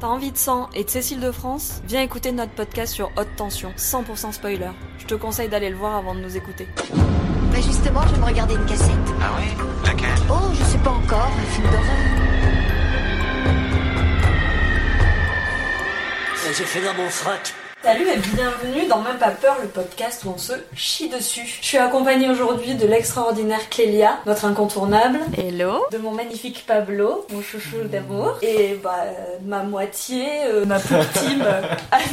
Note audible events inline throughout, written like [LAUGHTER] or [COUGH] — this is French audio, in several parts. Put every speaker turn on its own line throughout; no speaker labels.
T'as envie de sang et de Cécile de France Viens écouter notre podcast sur Haute Tension, 100% spoiler. Je te conseille d'aller le voir avant de nous écouter.
Bah justement, je vais me regarder une cassette.
Ah oui Laquelle
Oh, je sais pas encore, un film d'horreur.
J'ai fait dans mon froc.
Salut et bienvenue dans Même pas peur, le podcast où on se chie dessus. Je suis accompagnée aujourd'hui de l'extraordinaire Clélia, notre incontournable,
Hello
de mon magnifique Pablo, mon chouchou d'amour, et bah, euh, ma moitié, euh, ma plus team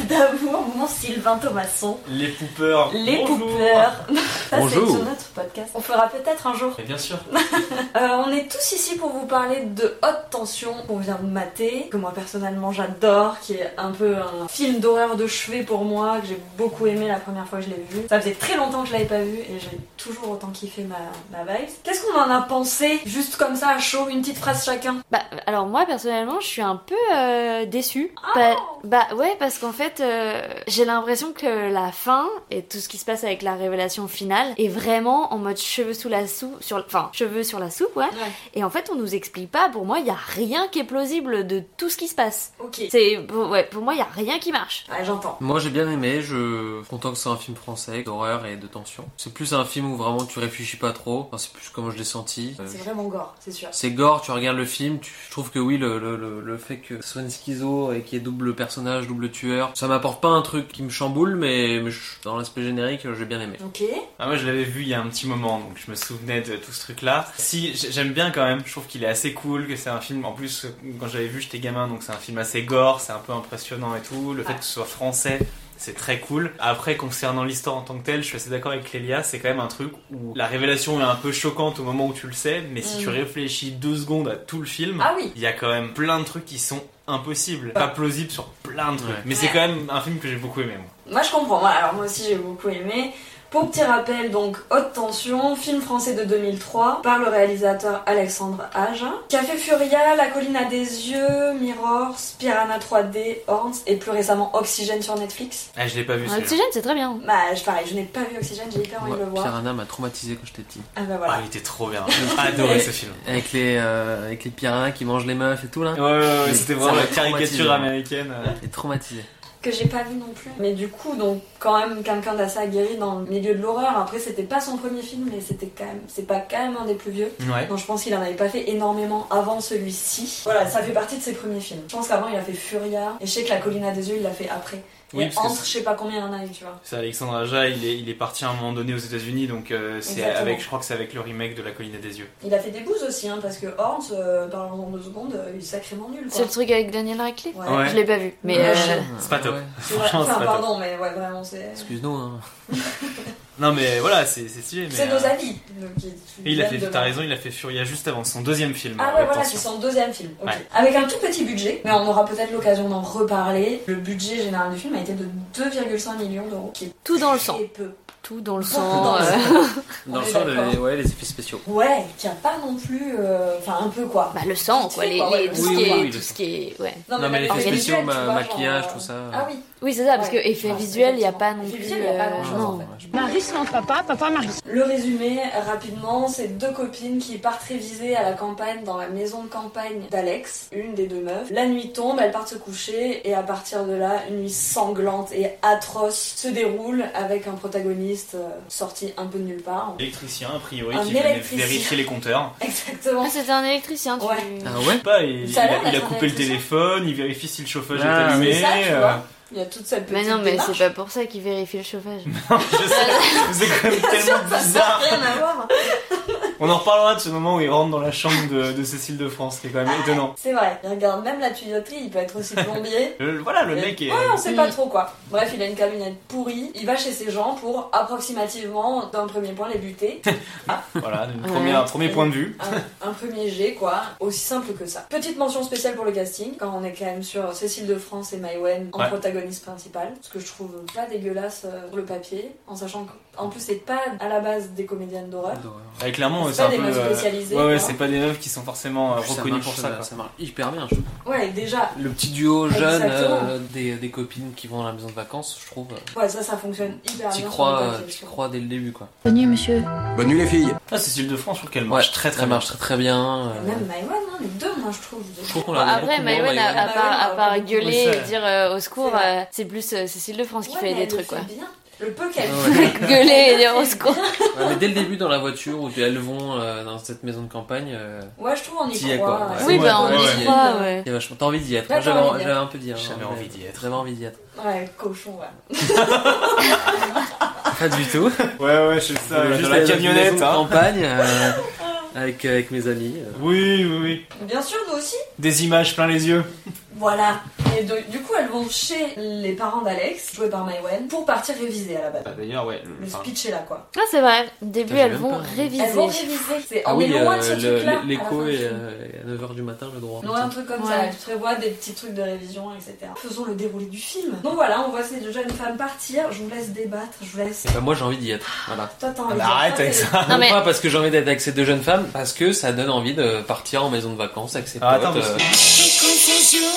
d'amour, mon Sylvain Thomasson.
Les poupeurs.
Les
Bonjour.
poupeurs. [LAUGHS] Ça, c'est
Bonjour.
sur notre podcast. On fera peut-être un jour.
Et bien sûr.
Euh, on est tous ici pour vous parler de Haute Tension qu'on vient de mater, que moi personnellement j'adore, qui est un peu un film d'horreur de chevet pour moi, que j'ai beaucoup aimé la première fois que je l'ai vu. Ça faisait très longtemps que je l'avais pas vu et j'ai toujours autant kiffé ma, ma vibe. Qu'est-ce qu'on en a pensé Juste comme ça à chaud, une petite phrase chacun.
Bah alors moi personnellement je suis un peu euh, déçue. Bah, bah, ouais parce qu'en fait euh, j'ai l'impression que la fin et tout ce qui se passe avec la révélation finale est vraiment en mode cheveux sous la soupe sur enfin cheveux sur la soupe ouais. Et en fait on nous explique pas pour moi il y a rien qui est plausible de tout ce qui se passe.
Ok.
C'est pour, ouais, pour moi il y a rien qui marche.
Ouais, j'entends.
Moi j'ai bien aimé, je content que c'est un film français d'horreur et de tension. C'est plus un film où vraiment tu réfléchis pas trop, Enfin, c'est plus comment je l'ai senti. Euh,
C'est vraiment gore, c'est sûr.
c'est gore, tu regardes le film, tu, je trouve que oui, le, le, le, le fait que ce soit une schizo et qu'il y ait double personnage, double tueur, ça m'apporte pas un truc qui me chamboule, mais, mais je- dans l'aspect générique, euh, j'ai bien aimé.
Ok.
Ah, moi je l'avais vu il y a un petit moment, donc je me souvenais de tout ce truc-là. Si, j- j'aime bien quand même, je trouve qu'il est assez cool, que c'est un film, en plus quand j'avais vu j'étais gamin, donc c'est un film assez gore, c'est un peu impressionnant et tout, le fait que ce soit français. C'est très cool. Après, concernant l'histoire en tant que telle, je suis assez d'accord avec Clélia, c'est quand même un truc où la révélation est un peu choquante au moment où tu le sais, mais si tu
Mm.
réfléchis deux secondes à tout le
Hmm.
film,
Ah oui.
il y a quand même plein de trucs qui sont impossibles, pas plausibles sur plein de trucs.
Ouais.
Mais c'est quand même un film que j'ai beaucoup aimé, moi.
Moi je comprends, Voilà, alors moi aussi j'ai beaucoup aimé. Pour petit rappel, donc Haute Tension, film français de 2003 par le réalisateur Alexandre Hage. Café Furia, La Colline à des yeux, Mirror, Piranha 3D, Horns et plus récemment Oxygène sur Netflix.
Ah, je l'ai pas vu celui-là.
Oxygène c'est très bien.
Bah je pareil, je n'ai pas vu Oxygène, j'ai hyper envie
Moi,
de le voir.
Piranha m'a traumatisé quand j'étais petit.
Ah bah
Ah,
voilà.
il était trop bien. J'ai adoré ce film.
Avec les, euh, avec les piranhas qui mangent les meufs et tout là.
Ouais, ouais, ouais, c'était vraiment
Ça
la
m'a traumatisé,
caricature
moi.
américaine. euh.
Et traumatisé.
Que j'ai pas vu non plus. Mais du coup, donc quand même quelqu'un d'assez aguerri dans le milieu de l'horreur. Après c'était pas son premier film, mais c'était quand même, c'est pas quand même un des plus vieux.
Ouais.
Non, je pense qu'il en avait pas fait énormément avant celui-ci. Voilà, ça fait partie de ses premiers films. Je pense qu'avant il a fait Furia, et je sais que La Colline à des yeux il l'a fait après.
Oui,
et
parce que
entre, je sais pas combien il en a eu, tu vois.
c'est Alexandre Aja, il est, il est parti à un moment donné aux États-Unis, donc euh, c'est
Exactement.
avec, je crois que c'est avec le remake de La Colline et des Yeux.
Il a fait des bouses aussi, hein, parce que Horns, euh, parlons-en deux secondes, euh, il est sacrément nul
C'est
quoi.
le truc avec Daniel Radcliffe.
Ouais.
Ouais.
Je l'ai pas vu mais
Ouais.
euh,
C'est pas top.
Ouais.
C'est vrai.
Franchement,
Enfin,
c'est pas
pardon, mais ouais, vraiment, c'est.
Excuse-nous. hein.
Non, mais voilà, c'est c'est stylé. mais,
C'est
euh,
nos avis. Donc, il,
Et il a fait,
viennent de-
t'as raison, il a fait Furia juste avant son deuxième film.
Ah
euh,
ouais, voilà,
attention.
c'est son deuxième film. ok.
Ouais.
Avec un tout petit budget, mais on aura peut-être l'occasion d'en reparler. Le budget général du film a été de 2,5 millions d'euros, qui est
tout dans le
très
sang.
peu.
Tout dans le
Beaucoup
sang.
dans le
euh,
Dans
On
le
est
sens
d'accord.
des ouais, les effets spéciaux.
Ouais, qui a pas non plus. euh, Enfin, un peu quoi.
Bah le sang quoi, les,
Oui,
les- tout, ce
oui,
qui
oui,
est,
oui,
tout
le
ce qui est... Ouais.
Non, mais les effets
effets
visuels,
spéciaux,
tu
ma-
vois,
maquillage,
genre,
tout ça.
euh, Ah oui.
Oui, c'est ça, parce
Ouais.
que effet
Ouais,
visuel, il n'y a
effectivement.
pas non
Effet
plus.
visuel, il y a pas
euh,
grand-chose,
non.
en fait.
Marie se lance papa, papa Marie.
Le résumé, rapidement, c'est deux copines qui partent réviser à la campagne, dans la maison de campagne d'Alex, une des deux meufs. La nuit tombe, elles partent se coucher, et à partir de là, une nuit sanglante et atroce se déroule avec un protagoniste euh, sorti un peu de nulle part. [LAUGHS]
Électricien, a priori,
Un
qui venait
électricien.
vérifier les compteurs.
Exactement.
Ah, c'était un électricien, tu
Ouais.
Ah ouais
Pas, il,
Ça a
il
l'air
a, il a
d'être un
coupé le
électricien.
téléphone, il vérifie si le chauffage est
Ah,
allumé.
c'est ça, tu
euh,
vois. Il y a toute cette petite
Mais non, mais c'est
démarche.
pas pour ça qu'il vérifie le chauffage.
je sais, c'est
[LAUGHS]
quand même tellement
Ça
bizarre.
n'a rien à voir.
On en reparlera de ce moment où il rentre dans la chambre de, de Cécile de France, qui est quand même étonnant.
C'est vrai, il regarde même la tuyauterie, il peut être aussi plombier.
Le- voilà, le
Mais-
mec est.
Ouais, on sait pas trop quoi. Bref, il a une camionnette pourrie. Il va chez ces gens pour approximativement, d'un premier point, les buter.
Voilà, une
Ouais.
première- un premier point de vue.
Un, un premier jet, quoi. Aussi simple que ça. Petite mention spéciale pour le casting, quand on est quand même sur Cécile de France et Maïwen en
Ouais.
protagoniste principal. Ce que je trouve pas dégueulasse euh, sur le papier, en sachant que En plus, c'est pas à la base des comédiennes d'horreur.
Bah, clairement,
C'est
c'est
pas
un
des
peu.
meufs
euh,
spécialisées,
ouais, ouais,
quoi.
c'est pas des meufs qui sont forcément euh,
Ça
reconnues
marche,
pour ça.
ça,
quoi.
ça marche hyper bien, je trouve.
Ouais, déjà,
Le petit duo jeune
Exactement.
euh, des, des copines qui vont à la maison de vacances, je trouve. euh,
ouais, ça, ça fonctionne hyper
T'y
bien.
crois,
sur le
euh,
papier, je
t'y
trouve.
crois dès le début, quoi.
Bonne nuit, monsieur.
Bonne nuit les filles.
Ah, Cécile de France, je trouve qu'elle marche très très
Ça
bien.
marche très très bien. euh,
Même Bah, Maïwan, hein, les deux, moi, je trouve.
Je trouve qu'on
Bon,
l'a
après,
beaucoup moins,
Maïwen, à,
[LAUGHS]
à
Maïwenn,
part, à
elle
part
a beaucoup
gueuler
moins
et
ça.
dire euh, au secours,
C'est vrai.
euh, c'est plus euh, Cécile de France qui
Ouais,
fait
mais
des
elle le
trucs,
fait
quoi.
bien. Le peu qu'elle
Ouais, ouais.
fait.
Gueuler et dire au secours.
Ouais, mais dès le début dans la voiture où elles vont euh, dans cette maison de campagne, euh,
Ouais, je trouve, on y
T'y es,
croit.
quoi, ouais.
ouais.
Ouais,
Oui, bah on
ouais,
y
ouais.
croit, ouais.
t'es vachement- t'as envie d'y être.
Ouais, t'as
Moi, j'avais
envie d'y
j'avais un peu d'y être.
J'avais
hein,
envie
mais-
d'y être.
J'avais envie d'y être.
Ouais, cochon, ouais.
Pas du [LAUGHS] tout.
Ouais, ouais, c'est
Je voulais
Juste
juste
la
aller dans une
camionnette,
maison de
hein.
campagne euh, avec avec mes amis. euh.
Oui, oui, oui.
Bien sûr, nous aussi.
Des images plein les yeux.
Voilà. Et donc, du coup, elles vont chez les parents d'Alex, joués par Maïwen, pour partir réviser à la base.
Bah, D'ailleurs, ouais. le-
Le
enfin,
speech est là, quoi.
Ah, c'est vrai. Au début,
j'ai
elles
même
vont
pas-
réviser.
Elles vont réviser. C'est-
Ah
on
oui,
est loin
euh,
de ce
le-
truc-là. à la fin
l'écho
du
est,
film.
euh, est à 9h du matin le droit.
Ouais, un truc comme ça,
Ouais.
tu prévois des petits trucs de révision, etc. Faisons le déroulé du film. Donc voilà, on voit ces deux jeunes femmes partir, je vous laisse débattre, je vous laisse.
Et bah, moi j'ai envie d'y être. Voilà.
Toi, t'as
bah,
envie de
arrête
faire
avec
c'est-
ça.
Non, mais-
Pas parce que j'ai envie d'être avec ces deux jeunes femmes, parce que ça donne envie de partir en maison de vacances avec ses
Ah,
potes.
attends, parce
euh,
que-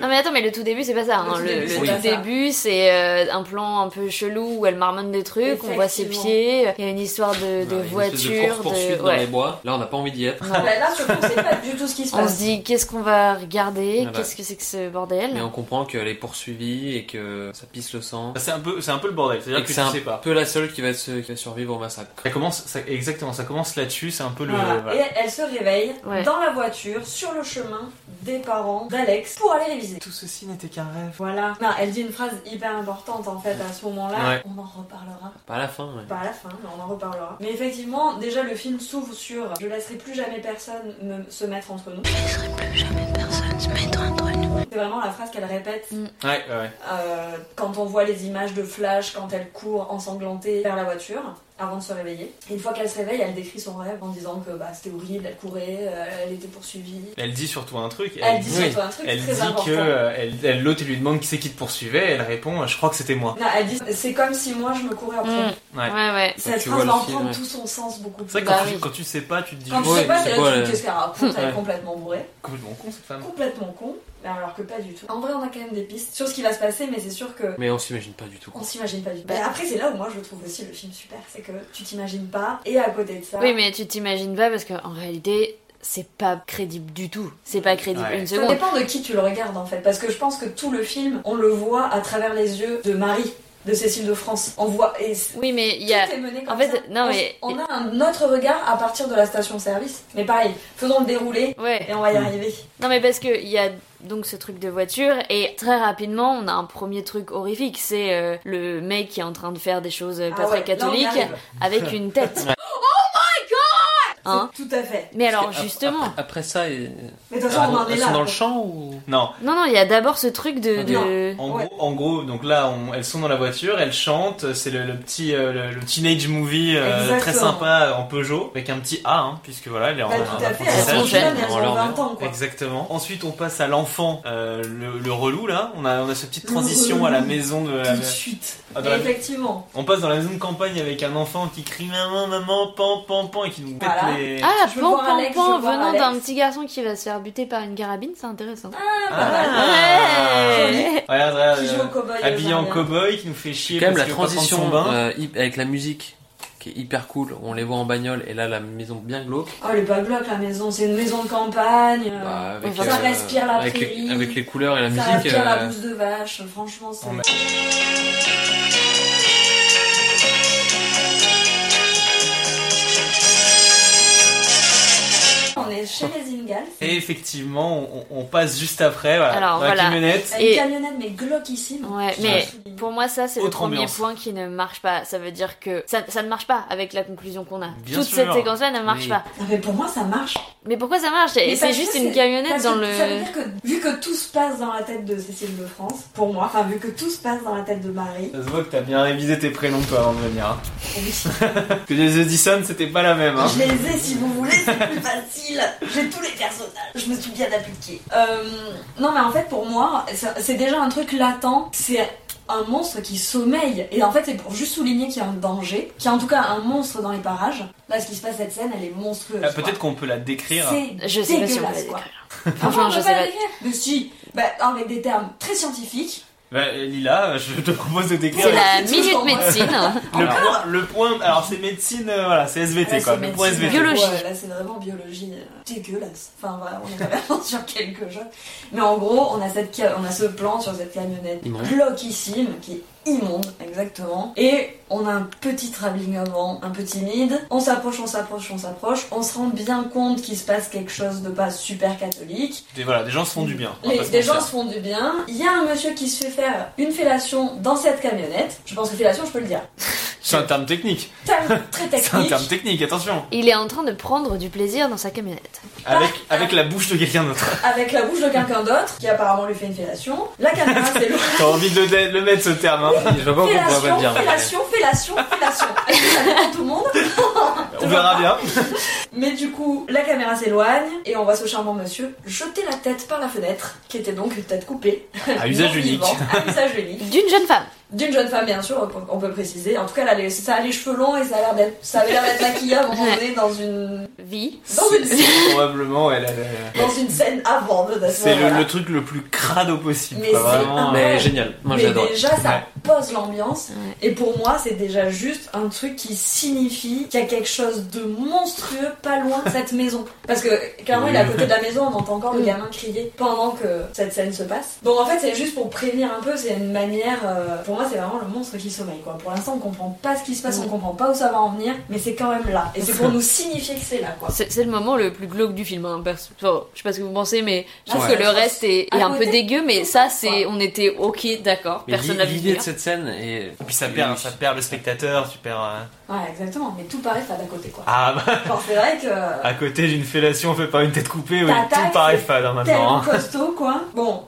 Non mais attends, mais le tout début c'est pas ça.
Le
hein.
tout
Le,
début,
le
c'est
tout
pas ça.
début c'est euh, un plan un peu chelou où elle marmonne des trucs, on voit ses
Effectivement.
pieds, il y a une histoire de, de
voilà, une espèce de
voiture,
course-poursuite
de...
dans les
Ouais.
bois. Là on n'a pas envie d'y être.
Bah, Là, surtout, c'est pas du tout ce qui se
On se
passe.
dit qu'est-ce qu'on va regarder,
Voilà.
qu'est-ce que c'est que ce bordel.
Mais
Mm.
on comprend qu'elle est poursuivie et que ça pisse le sang.
C'est un, peu- c'est un peu le bordel, c'est-à-dire
Et
que
que
tu
c'est un
sais pas.
peu la seule qui va, se- qui va survivre au massacre.
Ça commence, ça- exactement, ça commence là-dessus, c'est un peu le.
Voilà.
voilà.
Et elle, elle se réveille
Ouais.
dans la voiture, sur le chemin des parents d'Alex pour aller réviser.
Tout ceci n'était qu'un rêve.
Voilà. Non, elle dit une phrase hyper importante en fait à ce moment-là.
Ouais.
On en reparlera.
Pas à la fin, ouais.
Pas à la fin, mais on en reparlera. Mais effectivement, déjà le film s'ouvre sur Je laisserai plus jamais personne me- se mettre entre nous. C'est vraiment la phrase qu'elle répète
Ouais, ouais, ouais.
Euh, quand on voit les images de Flash, quand elle court ensanglantée vers la voiture avant de se réveiller. Et une fois qu'elle se réveille, elle décrit son rêve en disant que bah, c'était horrible, elle courait, euh, elle était poursuivie.
Elle dit surtout un truc.
Elle dit
oui,
surtout un truc
elle
très
dit
important.
que euh, elle- elle- l'autre il lui demande qui c'est qui te poursuivait, et elle répond euh, je crois que c'était moi.
Non, elle dit c'est comme si moi je me courais
Mm.
après.
Ouais,
Ouais.
ouais.
Cette
tu
phrase va
vois le
en
film,
prendre
ouais.
tout son sens beaucoup
C'est vrai
plus.
que
Bah
quand, tu,
oui.
quand tu sais pas, tu te dis
Quand tu
Ouais,
sais pas,
c'est
t'es
quoi,
là, tu te dis,
elle-
qu'est-ce qu'elle raconte, elle est
Ouais.
complètement bourrée.
complètement con cette femme.
Complètement con, mais alors que pas du tout. En vrai, on a quand même des pistes sur ce qui va se passer, mais c'est sûr que
Mais on s'imagine pas du tout.
On s'imagine pas du tout.
Bah.
Et après, c'est là où moi je trouve aussi le film super, c'est que tu t'imagines pas, et à côté de ça,
Oui mais tu t'imagines pas parce qu'en réalité c'est pas crédible du tout. C'est pas crédible
Ouais.
une
ça
seconde.
dépend de qui tu le regardes en fait, parce que je pense que tout le film, on le voit à travers les yeux de Marie, de Cécile de France. On voit, et c'est-
Oui mais il
tout
y a...
est mené comme
en fait,
ça.
non,
On-
mais-
On a un autre regard à partir de la station-service, mais pareil, faisons le déroulé,
Ouais.
et on
Mm.
va y arriver.
Non mais parce que il y a donc ce truc de voiture et très rapidement on a un premier truc horrifique, c'est euh, le mec qui est en train de faire des choses euh, pas
Ah ouais, Oh
très catholiques
là, on y arrive.
avec
[LAUGHS]
une tête. Hein
C'est- tout à fait.
Mais alors
Parce que ap-
justement,
ap- Après ça, et-
Mais de toute
elles
façon, on en est
Ah, elles
là.
sont dans
quoi.
le champ ou
Non,
non non, il y a d'abord ce truc de, de...
en,
Ouais.
gros, en gros, donc là on- elles sont dans la voiture, elles chantent, c'est le, le petit euh, le, le teenage movie euh,
Exactement.
très sympa en Peugeot avec un petit A hein, puisque voilà elle est en,
Bah,
en
tout à
Ah,
fait,
elles
elles
sont
sont
apprentissage.
jeunes,
jeunes,
elles
on leur
ont 20 ans quoi.
Exactement. Ensuite, on passe à l'enfant, euh, le, le relou là. On a, on a cette petite transition
Le
à la
relou.
maison de. la-
Tout de suite.
Ah, dans
bah,
Et
la-
effectivement.
On passe dans la maison de campagne avec un enfant qui crie maman, maman, pan, pan, pan et qui nous pète
Voilà.
les.
Ah,
Je veux
pan
voir
pan
Alex, je
pan
veux voir
venant d'un
Alex.
petit garçon qui va se faire buter par une carabine, c'est intéressant.
Ah.
Ouais.
Regarde, regarde,
Qui joue
euh,
au cowboy. euh,
habillé en
Maria.
cow-boy qui nous fait chier
quand même
parce qu'il
la
veut pas prendre
transition
son bain.
euh, hy- avec la musique qui est hyper cool. On les voit en bagnole et là la maison bien glauque.
Oh, elle est pas glauque la maison, c'est une maison de campagne. euh,
Bah, avec,
enfin, ça
respire la
avec, les,
prairie,
avec les couleurs et la
ça
musique.
respire la
euh,
bouse de vache, franchement, c'est.
on met-
On est chez les Ingalls.
Et effectivement, on, on passe juste après, voilà,
Alors,
dans la
voilà.
camionnette.
Une
Et-
camionnette, mais glauquissime.
Ouais,
Je
mais
souligne.
Pour moi, ça, c'est le
Autre
premier
ambiance.
point qui ne marche pas. Ça veut dire que ça, ça ne marche pas avec la conclusion qu'on a.
Bien
Toute
sûr.
cette séquence-là ne marche
Oui.
pas.
Non, mais pour moi, ça marche.
Mais pourquoi ça marche
Mais
Et C'est
parce que
juste
c'est-
une camionnette
parce
dans
que Ça veut
le.
dire que, vu que tout se passe dans la tête de Cécile de France, pour moi, enfin, vu que tout se passe dans la tête de Marie,
Ça se voit que t'as bien révisé tes prénoms toi avant de venir. hein.
oui.
Parce que les Edison, c'était pas la même. Hein.
Je les ai si vous voulez, c'est plus facile. J'ai tous les personnages, je me suis bien appliquée. Euh, non mais en fait pour moi, ça- c'est déjà un truc latent, c'est un monstre qui sommeille. Et en fait, c'est pour juste souligner qu'il y a un danger, qu'il y a en tout cas un monstre dans les parages. Là, ce qui se passe cette scène, elle est monstrueuse.
Ah,
quoi.
Peut-être qu'on peut la décrire.
C'est
Je sais pas si on peut la
dégueulasse, quoi.
décrire. Franchement,
on
je
peut
sais
pas la
pas.
décrire. Mais si, bah, avec des termes très scientifiques.
Bah, Lila, je te propose de décrire.
C'est la
C'est toujours
minute
moi.
médecine.
Le point, le point, alors c'est médecine, euh, voilà, c'est SVT
Là,
quoi,
c'est
le point
médecine.
SVT.
Biologie.
Ouais, là, c'est vraiment biologie euh, dégueulasse. Enfin, voilà, on est vraiment [LAUGHS] sur quelque chose. Mais en gros, on a, cette, ca- on a ce plan sur cette camionnette
Immonde.
bloquissime qui est immonde, exactement. Et on a un petit travelling avant, un petit mid. On s'approche, on s'approche, on s'approche. On se rend bien compte qu'il se passe quelque chose de pas super catholique.
Des, voilà, des gens se font du bien. on va
Les,
pas se
des
mentir.
gens se font du bien. Il y a un monsieur qui se fait faire une fellation dans cette camionnette. Je pense que fellation, je peux le dire.
C'est un terme technique.
Terme très
[LAUGHS] C'est un
technique.
terme technique, attention.
Il est en train de prendre du plaisir dans sa camionnette.
Avec,
Ah,
avec la bouche de quelqu'un d'autre.
Avec la bouche de quelqu'un d'autre qui apparemment lui fait une fellation. La
[LAUGHS]
caméra, c'est le.
T'as envie de le, dé- le mettre ce terme, hein.
Je vois pas pourquoi on pourrait
Fellation,
pas le dire. mais-
fellation, fellation, fellation. [LAUGHS] Est-ce que ça dépend de tout le monde
on verra bien.
Mais du coup, la caméra s'éloigne et on voit ce charmant monsieur jeter la tête par la fenêtre, qui était donc une tête coupée.
À usage
[LAUGHS] Non
unique.
vivante, À usage unique.
D'une jeune femme.
D'une jeune femme, bien sûr, on peut le préciser. En tout cas, elle a les- ça a les cheveux longs et ça a l'air d'être, ça avait l'air d'être maquillée à un
[LAUGHS]
moment donné dans une,
Vie.
dans une, scène-
Probablement, elle, elle- elle-
dans une scène avant de
C'est le,
voilà.
le truc le plus crado possible.
Mais
quoi,
c'est
vraiment. hein.
un-
Mais
Ah Ouais.
génial, moi
Mais
j'adore.
déjà, ça
Ouais.
pose l'ambiance.
Ouais.
Et pour moi, c'est déjà juste un truc qui signifie qu'il y a quelque chose de monstrueux pas loin de cette maison. Parce que clairement, il est à côté de la maison, on entend encore le
Mm.
gamin crier pendant que cette scène se passe. Donc en fait, c'est juste pour prévenir un peu, c'est une manière. euh, pour moi, c'est vraiment le monstre qui sommeille. Quoi. Pour l'instant, on comprend pas ce qui se passe,
Mm.
on comprend pas où ça va en venir, mais c'est quand même là. Et c'est pour nous signifier que c'est là.
Ah.
Quoi.
C'est c'est le moment le plus glauque du film. hein, perso. Enfin, je sais pas ce que vous pensez, mais je trouve
Ouais.
que le reste est, est
À
un peu
côté,
dégueu, mais
tout
ça,
ça,
c'est, on était ok, d'accord.
Mais
Personne n'a vu
hein.
l'idée de
venir.
cette scène est.
Et puis ça perd, ça perd le spectateur, tu perds. euh,
Ouais, exactement. Mais tout paraît fade à côté. Quoi.
Ah, bah,
Enfin, c'est vrai que.
à côté d'une fellation faite par une tête coupée, oui,
T'attaques,
tout paraît
c'est
fade hein, maintenant.
tellement
hein.
costaud quoi. Bon.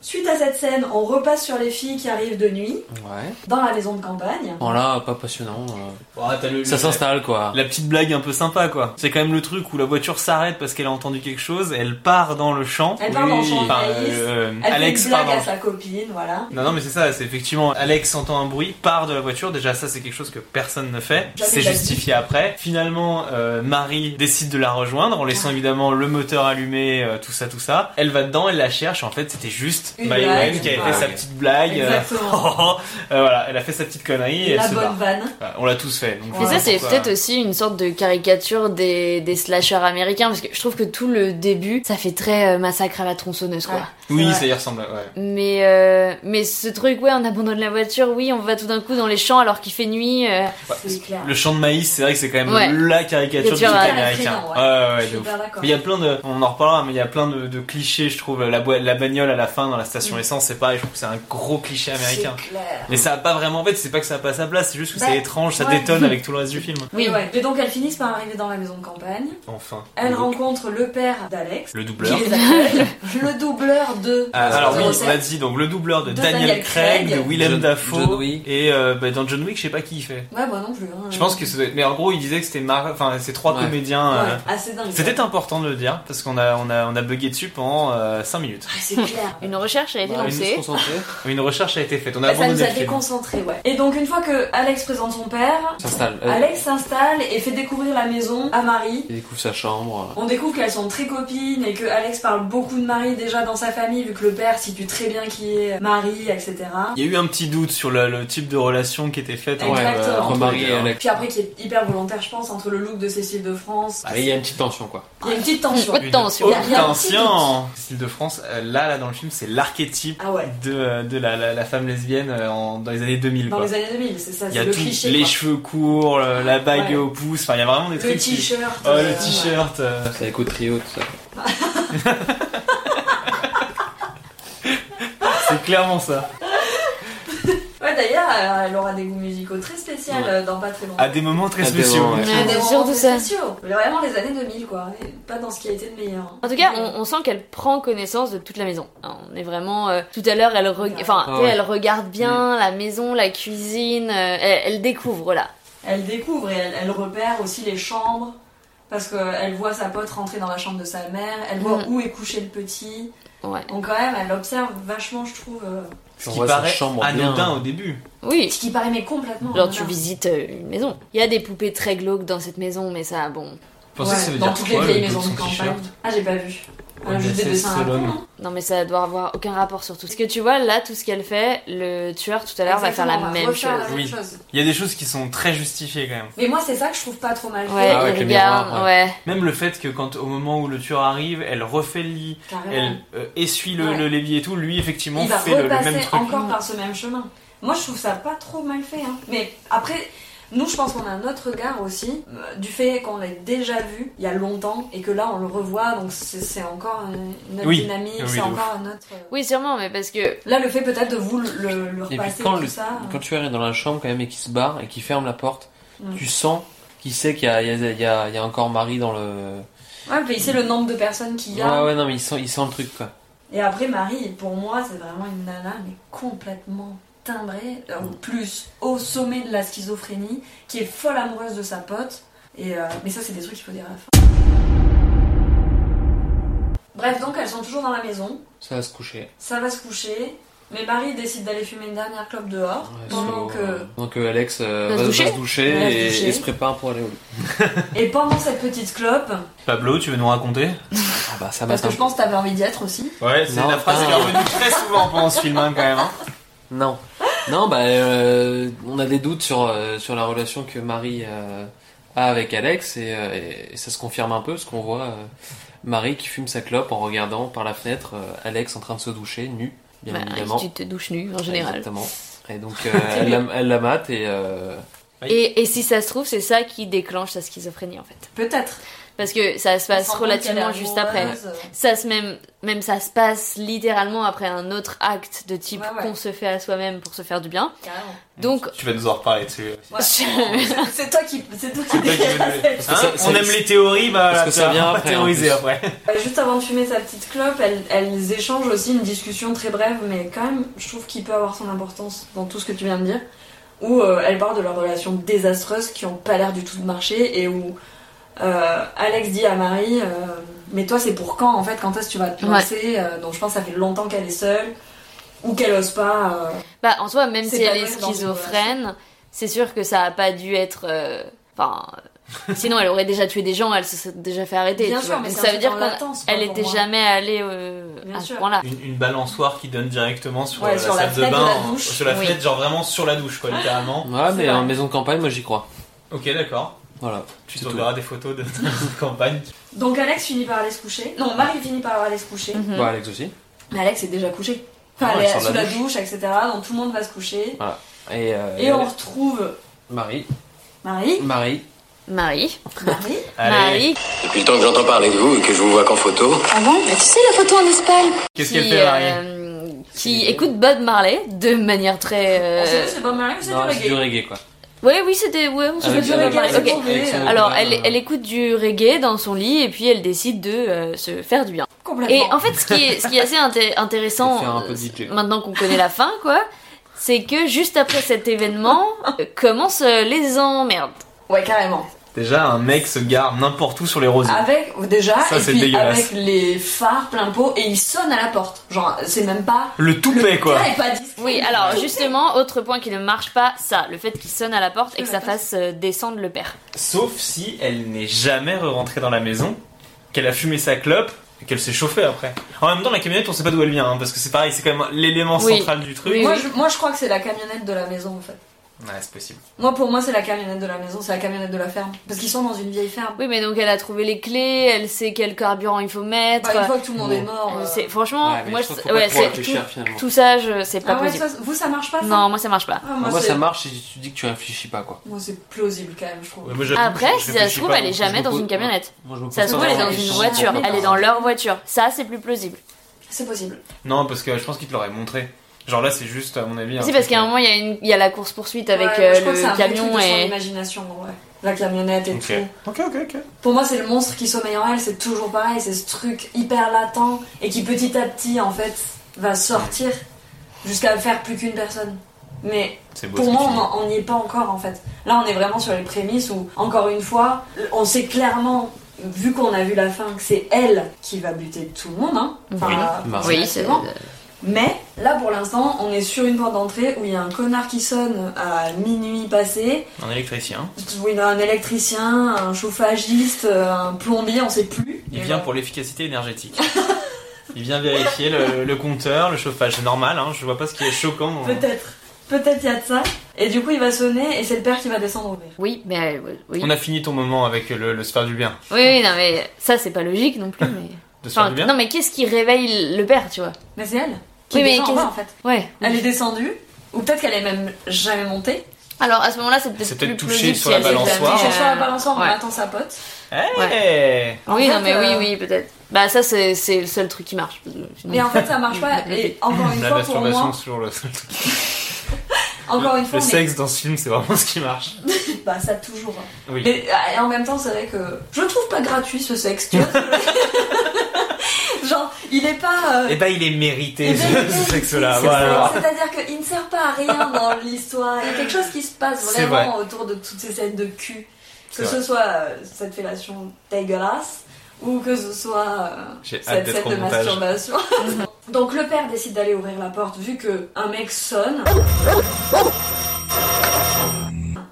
Suite à cette scène, on repasse sur les filles qui arrivent de nuit
Ouais.
dans la maison de campagne.
Bon là, pas passionnant. euh,
Oh, t'as le-
Ça s'installe quoi.
La petite blague un peu sympa quoi. C'est quand même le truc où la voiture s'arrête parce qu'elle a entendu quelque chose, elle part dans le champ.
Elle part dans le champ de
Enfin,
Thaïs.
euh,
Elle
Alex
fait une
part
blague
dans le
à sa copine, voilà.
Non, non, mais c'est ça, c'est effectivement, Alex entend un bruit, part de la voiture, déjà ça c'est quelque chose que personne ne fait,
Jamais
c'est
de la
justifié après. Finalement, euh, Marie décide de la rejoindre en
Ah.
laissant évidemment le moteur allumé, euh, tout ça, tout ça. Elle va dedans, elle la cherche, en fait c'était juste
Une
Maïwen
blague,
qui avait
ouais.
Ah,
fait sa petite blague. euh, [LAUGHS]
Exactement.
euh, voilà, elle a fait sa petite connerie et
la
elle se
bonne
barre.
vanne.
Voilà, on l'a tous fait. Donc,
Mais
voilà
ça, c'est
pourquoi-
peut-être aussi une sorte de caricature des, des slashers américains, parce que je trouve que tout le début, ça fait très euh, massacre à la tronçonneuse, quoi.
Ouais.
Oui,
vrai.
ça y ressemble, ouais.
Mais, euh, mais ce truc, ouais, on abandonne la voiture, oui, on va tout d'un coup dans les champs alors qu'il fait nuit. euh,
C'est clair.
Le champ de maïs, c'est vrai que c'est quand même
Ouais.
la caricature
Il
du
y a
truc
du
rap.
américain.
Ouais,
Ouais, ouais,
Je
ouais,
suis
de ouf.
hyper d'accord.
Mais il y a plein de, on en reparlera, mais il y a plein de, de clichés, je trouve. La, boi- la bagnole à la fin dans la station
Mm.
essence, c'est pareil, je trouve que c'est un gros cliché américain.
C'est clair.
Mais ça a pas vraiment, en fait, c'est pas que ça a pas sa place, c'est juste que
Bah,
c'est étrange, ça
ouais. [LAUGHS]
détonne avec tout le reste du film.
Oui, ouais. Et donc elles finissent par arriver dans la maison de campagne.
Enfin.
Elles
le,
rencontrent le père d'Alex,
le
qui
doubleur.
les accueille, [LAUGHS] le doubleur de.
Ah, alors oui, on a
07.
dit donc le doubleur de,
De
Daniel,
Daniel
Craig,
Craig,
de Willem
John-
Dafoe
John Wick.
et euh, bah, dans John Wick, je sais pas qui il fait.
Ouais, moi non plus. hein.
Je pense que c'est... mais en gros, il disait que c'était mar... enfin ces trois
Ouais.
comédiens. euh,
Ouais, assez dingue.
C'était important de le dire parce qu'on a on a on a bugué dessus pendant 5 minutes.
Ah, c'est clair.
Une recherche a été
Bah,
lancée.
nous,
[LAUGHS]
se concentrer.
Une recherche a été faite. On a
Bah, ça nous
abandonné
a
le film.
déconcentrés, ouais. Et donc, une fois que Alex présente son père,
S'installe. euh,
Alex s'installe et fait découvrir la maison à Marie.
Il découvre sa chambre.
On découvre qu'elles sont très copines et que Alex parle beaucoup de Marie déjà dans sa famille, vu que le père situe très bien qui est Marie, etc.
Il y a eu un petit doute sur le, le type de relation qui était faite entre,
Exactement.
euh, entre
entre Marie
les
et
deux, hein.
Alex.
Puis après, qui est hyper volontaire, je pense, entre le look de Cécile de France.
Bah,
Ah, il y a une petite tension quoi.
Il y a une petite tension.
Haute tension.
Il y a- il y a un petit
Attention Cécile de France, euh, là, là dans le film, c'est l'archétype
Ah ouais.
de, euh, de la, la- la femme lesbienne euh, en- dans les années 2000.
Dans
quoi.
les années 2000, c'est ça,
il y
c'est
a
le
tout,
cliché.
les
quoi.
cheveux courts, le- la bague
Ouais.
au pouce, enfin il y a vraiment des
le
trucs. qui-
t-shirt.
Oh,
euh,
le t-shirt. euh,
C'est avec au trio, tout ça.
c'est clairement ça.
Ouais, d'ailleurs, euh, elle aura des goûts musicaux très spéciaux euh, dans pas très longtemps.
À des moments très
À des
spéciaux.
moments, ouais.
Ah,
Ouais,
des
c'est
moments
surtout
très
ça.
spéciaux. Mais Vraiment les années 2000 quoi, Et pas dans ce qui a été de meilleur. hein.
En tout cas, on, on sent qu'elle prend connaissance de toute la maison. Hein, On est vraiment. euh, tout à l'heure, elle, reg- enfin,
Ah
tu sais,
ouais. Mm.
elle regarde bien la maison, la cuisine. euh, elle, elle découvre là.
Elle découvre et elle, elle repère aussi les chambres parce qu'elle voit sa pote rentrer dans la chambre de sa mère, elle voit
Mm.
où est couché le petit.
Ouais.
Donc quand même, elle observe vachement, je trouve. euh,
Ce
On
qui
voit sa
paraît
chambre
anodin
bien.
au début.
Oui.
Ce qui paraît mais complètement.
Genre tu
voilà.
visites euh, une maison. Il y a des poupées très glauques dans cette maison, mais ça, bon.
Pensez que ça
Ouais,
veut
dans
dire
toutes
quoi,
les vieilles
le
maisons
bout de
de
son
campagne.
t-shirt
Ah, j'ai pas vu.
On
Alors, juste des
essaie
dessins à la
Solon.
con, hein.
Non, mais ça doit avoir aucun rapport surtout. Parce que tu vois, là, tout ce qu'elle fait, le tueur tout à l'heure va faire la
Exactement, on
même
refaire
chose.
la même
Oui.
chose.
Il y a des choses qui sont très justifiées quand même.
Mais moi, c'est ça que je trouve pas trop mal fait.
Ouais,
Ah ouais, avec
il
les
regarde,
miroirs,
ouais.
Même le fait que quand au moment où le tueur arrive, elle refait le lit,
Carrément.
elle euh, essuie le,
Ouais.
le levier et tout, lui effectivement
Il va
fait le- le,
repasser
même truc.
encore par ce même chemin. Moi, je trouve ça pas trop mal fait. hein. Mais après, nous, je pense qu'on a un autre regard aussi euh, du fait qu'on l'ait déjà vu il y a longtemps et que là, on le revoit. Donc, c'est c'est encore une une autre
Oui.
dynamique,
Oui,
c'est
de
encore un autre. euh,
Oui, sûrement, mais parce que.
Là, le fait peut-être de vous le, le- le
Et puis
repasser,
quand,
tout
le,
ça. euh,
quand tu arrives dans la chambre quand même et qu'il se barre et qu'il ferme la porte,
Mm.
tu sens qu'il sait qu'il y a, il y a- il y a- il y a encore Marie dans le.
Ouais, puis c'est le nombre de personnes qu'il y a.
Ouais ouais non mais il sent, il sent le truc quoi.
Et après, Marie, pour moi, c'est vraiment une nana, mais complètement timbrée, en plus au sommet de la schizophrénie, qui est folle amoureuse de sa pote. Et, euh, mais ça, c'est des trucs qu'il faut dire à la fin. Bref, donc elles sont toujours dans la maison,
Ça va se coucher.
ça va se coucher, mais Marie décide d'aller fumer une dernière clope dehors,
Ouais,
pendant
so-
que...
Donc euh, Alex euh,
Va se
va, va
doucher.
se doucher,
Va se
et,
doucher.
et se prépare pour aller au lit.
Et pendant cette petite clope,
Pablo, tu veux nous raconter
Ah bah ça
parce
matin.
que je pense que t'avais envie d'y être aussi,
Ouais, c'est
Non,
la phrase qui est
putain.
revenue très souvent pendant ce film hein, quand même. hein.
Non. Non, bah, euh, on a des doutes sur, euh, sur la relation que Marie euh, a avec Alex et, euh, et- et ça se confirme un peu parce qu'on voit euh, Marie qui fume sa clope en regardant par la fenêtre euh, Alex en train de se doucher, nu, bien
bah,
évidemment.
tu te douches nu en général.
Exactement. Et donc, euh, elle, la, elle la mate et. euh,
Et, et si ça se trouve, c'est ça qui déclenche sa schizophrénie en fait.
peut-être.
Parce que ça se
Elle
passe
se rend compte qu'elle est
relativement juste après.
amoureuse, euh,
Ça se même, même ça se passe littéralement après un autre acte de type
Ouais, ouais.
qu'on se fait à soi-même pour se faire du bien.
carrément.
Donc, [LAUGHS]
Tu vas nous en reparler [LAUGHS] dessus.
Ouais.
je-
C'est toi qui... C'est toi qui...
toi qui veux nous-
Parce que ça-
Hein
ça-
on aime les théories, bah
Parce que ça
t'as-
vient
on va
après,
théoriser
en
après.
Euh, Juste avant de fumer sa petite clope, elles, elles échangent aussi une discussion très brève, mais quand même, je trouve qu'il peut avoir son importance dans tout ce que tu viens de dire. Où euh, elles parlent de leurs relations désastreuses qui ont pas l'air du tout de marcher et où euh, Alex dit à Marie euh, Mais toi, c'est pour quand en fait Quand est-ce que tu vas te
Ouais.
lancer Euh, Donc je pense que ça fait longtemps qu'elle est seule ou qu'elle ose pas. euh,
Bah, en soi, même
C'est
si
pas
elle est
vrai dans une
schizophrène, c'est sûr que ça a pas dû être. euh,
[LAUGHS]
Enfin. euh, sinon, elle aurait déjà tué des gens, elle se serait déjà fait arrêter.
Bien
tu
sûr,
vois.
mais
Donc,
c'est
ça
un
veut
truc
dire
en latence, quoi,
qu'elle
pour
était
moi.
jamais allée euh,
Bien
à ce
sûr.
point-là.
Une, une balançoire qui donne directement sur
Ouais,
euh,
sur la
la salle de
fenêtre de
bain,
la
hein,
douche.
sur la
Oui.
fenêtre, genre vraiment sur la douche, quoi, littéralement.
Ouais, mais
vrai.
en maison de campagne, moi j'y crois.
[LAUGHS] Ok, d'accord.
Voilà.
Tu
C'est
t'enverras des photos de de [LAUGHS] campagne.
Donc Alex finit par aller se coucher. Non, Marie finit par aller se coucher.
Mhm.
Bah, Alex aussi.
Mais Alex est déjà couché. Enfin,
Non,
elle
elle
est
sort de
sous
la
la douche, etc. Donc tout le monde va se coucher.
Et, euh,
Et on retrouve
Marie. [LAUGHS]
Marie.
Marie.
Marie.
Marie.
Allez,
Marie.
Depuis le temps que j'entends parler de vous et que je vous vois qu'en photo,
Ah bon Mais tu sais la photo en Espagne
qu'est-ce
qui,
qu'elle fait, Marie
euh, qui écoute Bob Marley de manière très.
Ah, c'est
euh,
vrai, c'est pas Marie, mais c'est du
Non, c'est du
reggae.
reggae quoi.
Ouais, oui, c'était. Ouais, on se fait
Avec-
du
avec-
Bob Marley.
avec-
Ok.
trouvé, euh,
Alors, elle, elle écoute du reggae dans son lit et puis elle décide de euh, se faire du bien. Et
Complètement.
en fait, ce qui est, ce qui est assez inté- intéressant,
De faire un peu de
euh,
DJ.
maintenant qu'on connaît la fin, quoi, c'est que juste après cet événement, euh, commencent euh, les emmerdes.
Ouais, carrément.
Déjà, un mec se gare n'importe où sur les rosiers.
Avec, déjà,
Ça,
et
c'est
puis
dégueulasse.
avec les phares plein pot, et il sonne à la porte. Genre, c'est même pas.
Le
le
toupet, quoi.
gars est pas discret.
Oui, alors justement, autre point qui ne marche pas, ça, le fait qu'il sonne à la porte et que
La
ça fasse euh, descendre le père.
Sauf si elle n'est jamais rentrée dans la maison, qu'elle a fumé sa clope et qu'elle s'est chauffée après. En même temps, la camionnette, on sait pas d'où elle vient, hein, parce que c'est pareil, c'est quand même l'élément
Oui.
central du truc.
Oui,
Moi
oui.
je, moi, je crois que c'est la camionnette de la maison en fait.
Ouais, c'est possible.
Moi, pour moi, c'est la camionnette de la maison, c'est la camionnette de la ferme. Parce qu'ils sont dans une vieille ferme.
Oui, mais donc elle a trouvé les clés, elle sait quel carburant il faut mettre.
Bah, une fois que tout le monde
Bon.
est mort.
Euh,
euh,
c'est- Franchement,
mais
moi,
je trouve
c'est-
qu'il faut
ouais,
pas trop
c'est-
réfléchir, finalement.
tout ça, je- c'est pas
Ah ouais,
possible.
ça- vous ça marche pas ça
non, moi ça marche pas.
Ah, moi,
Moi, ça
c'est-
marche si tu dis que tu réfléchis pas quoi.
Moi, c'est plausible quand même, je trouve.
Ouais, moi, j'avoue,
Après,
je
si ça se
réfléchis
trouve,
pas, hein.
elle est
donc.
jamais
Je
dans
me
une
pose-
camionette.
Moi, je me
Ça
pose
se trouve, elle est
pas
dans
la
une
question.
voiture,
jamais
elle est
dans-
dans leur voiture. Ça, c'est plus plausible.
C'est possible.
Non, parce que je pense qu'il te l'aurait montré. Genre là, c'est juste, à mon avis. un
Si, parce
truc,
qu'à un
euh,
moment, il y, a une- il y a la course-poursuite avec
Ouais,
euh,
je crois que c'est un
le
vrai truc
camion
de son
et.
imagination, ouais. La camionnette et
Ok.
tout.
Ok, ok, ok.
Pour moi, c'est le monstre qui sommeille en elle, c'est toujours pareil, c'est ce truc hyper latent et qui petit à petit, en fait, va sortir jusqu'à faire plus qu'une personne. Mais
C'est beau.
pour
ce
moi,
que tu
on en- on n'y est pas encore, en fait. Là, on est vraiment sur les prémices où, encore une fois, on sait clairement vu qu'on a vu la fin, que c'est elle qui va buter tout le monde, hein.
Oui.
Enfin,
Marie.
Oui, c'est
bon. Mais là, pour l'instant, on est sur une porte d'entrée où il y a un connard qui sonne à minuit passé,
Un électricien.
où il y a un électricien, un chauffagiste, euh, un plombier, on sait plus.
Il vient pour l'efficacité énergétique. Il vient vérifier le, le compteur, le chauffage. C'est normal, hein, je vois pas ce qui est choquant. dans-
Peut-être. Peut-être il y a de ça. Et du coup, il va sonner et c'est le père qui va descendre ouvrir.
Oui, mais euh, oui.
On a fini ton moment avec le, le se faire du bien.
Oui, oui, non, mais ça, c'est pas logique non plus. Mais...
De se faire
Enfin,
du bien
non, mais qu'est-ce qui réveille le père, tu vois
Mais c'est elle qui
Oui, mais
descend en
qu'est-ce-
bas, en fait.
Ouais.
Elle est descendue, ou peut-être qu'elle est même jamais montée.
Alors à ce moment-là, c'est
C'est
peut-être
peut-être
plus
touché
plausible
sur
si
la
elle s'est fait
balançoire.
toucher,
Sur la
euh,
balançoire, on
ouais.
attend sa pote.
Eh Hey
En
Oui,
fait,
non, mais
euh,
oui, oui, peut-être. Bah, ça, c'est c'est le seul truc qui marche. parce que sinon-
Mais en fait, ça marche pas. Et encore une
La
fois, pour
masturbation,
moi,
c'est toujours le seul truc.
encore une fois,
Le
on est-
sexe dans ce film, c'est vraiment ce qui marche.
bah, ça toujours. hein.
Oui.
Mais euh, et en même temps, c'est vrai que je trouve pas gratuit ce sexe. Tu vois
[LAUGHS]
Genre, il est pas. euh,
Eh ben, il est mérité,
eh ben,
[LAUGHS] ce,
il est-
ce sexe-là.
c'est-
Voilà.
c'est- C'est-à-dire qu'il ne sert pas à rien dans l'histoire. Il y a quelque chose qui se passe
C'est
vraiment autour de toutes ces scènes de cul.
C'est
Que ce
vrai.
soit euh, cette fellation dégueulasse ou que ce soit. euh,
J'ai hâte
cette
d'être
scène
au
de
montage. [LAUGHS]
masturbation. Donc le père décide d'aller ouvrir la porte vu que un mec sonne.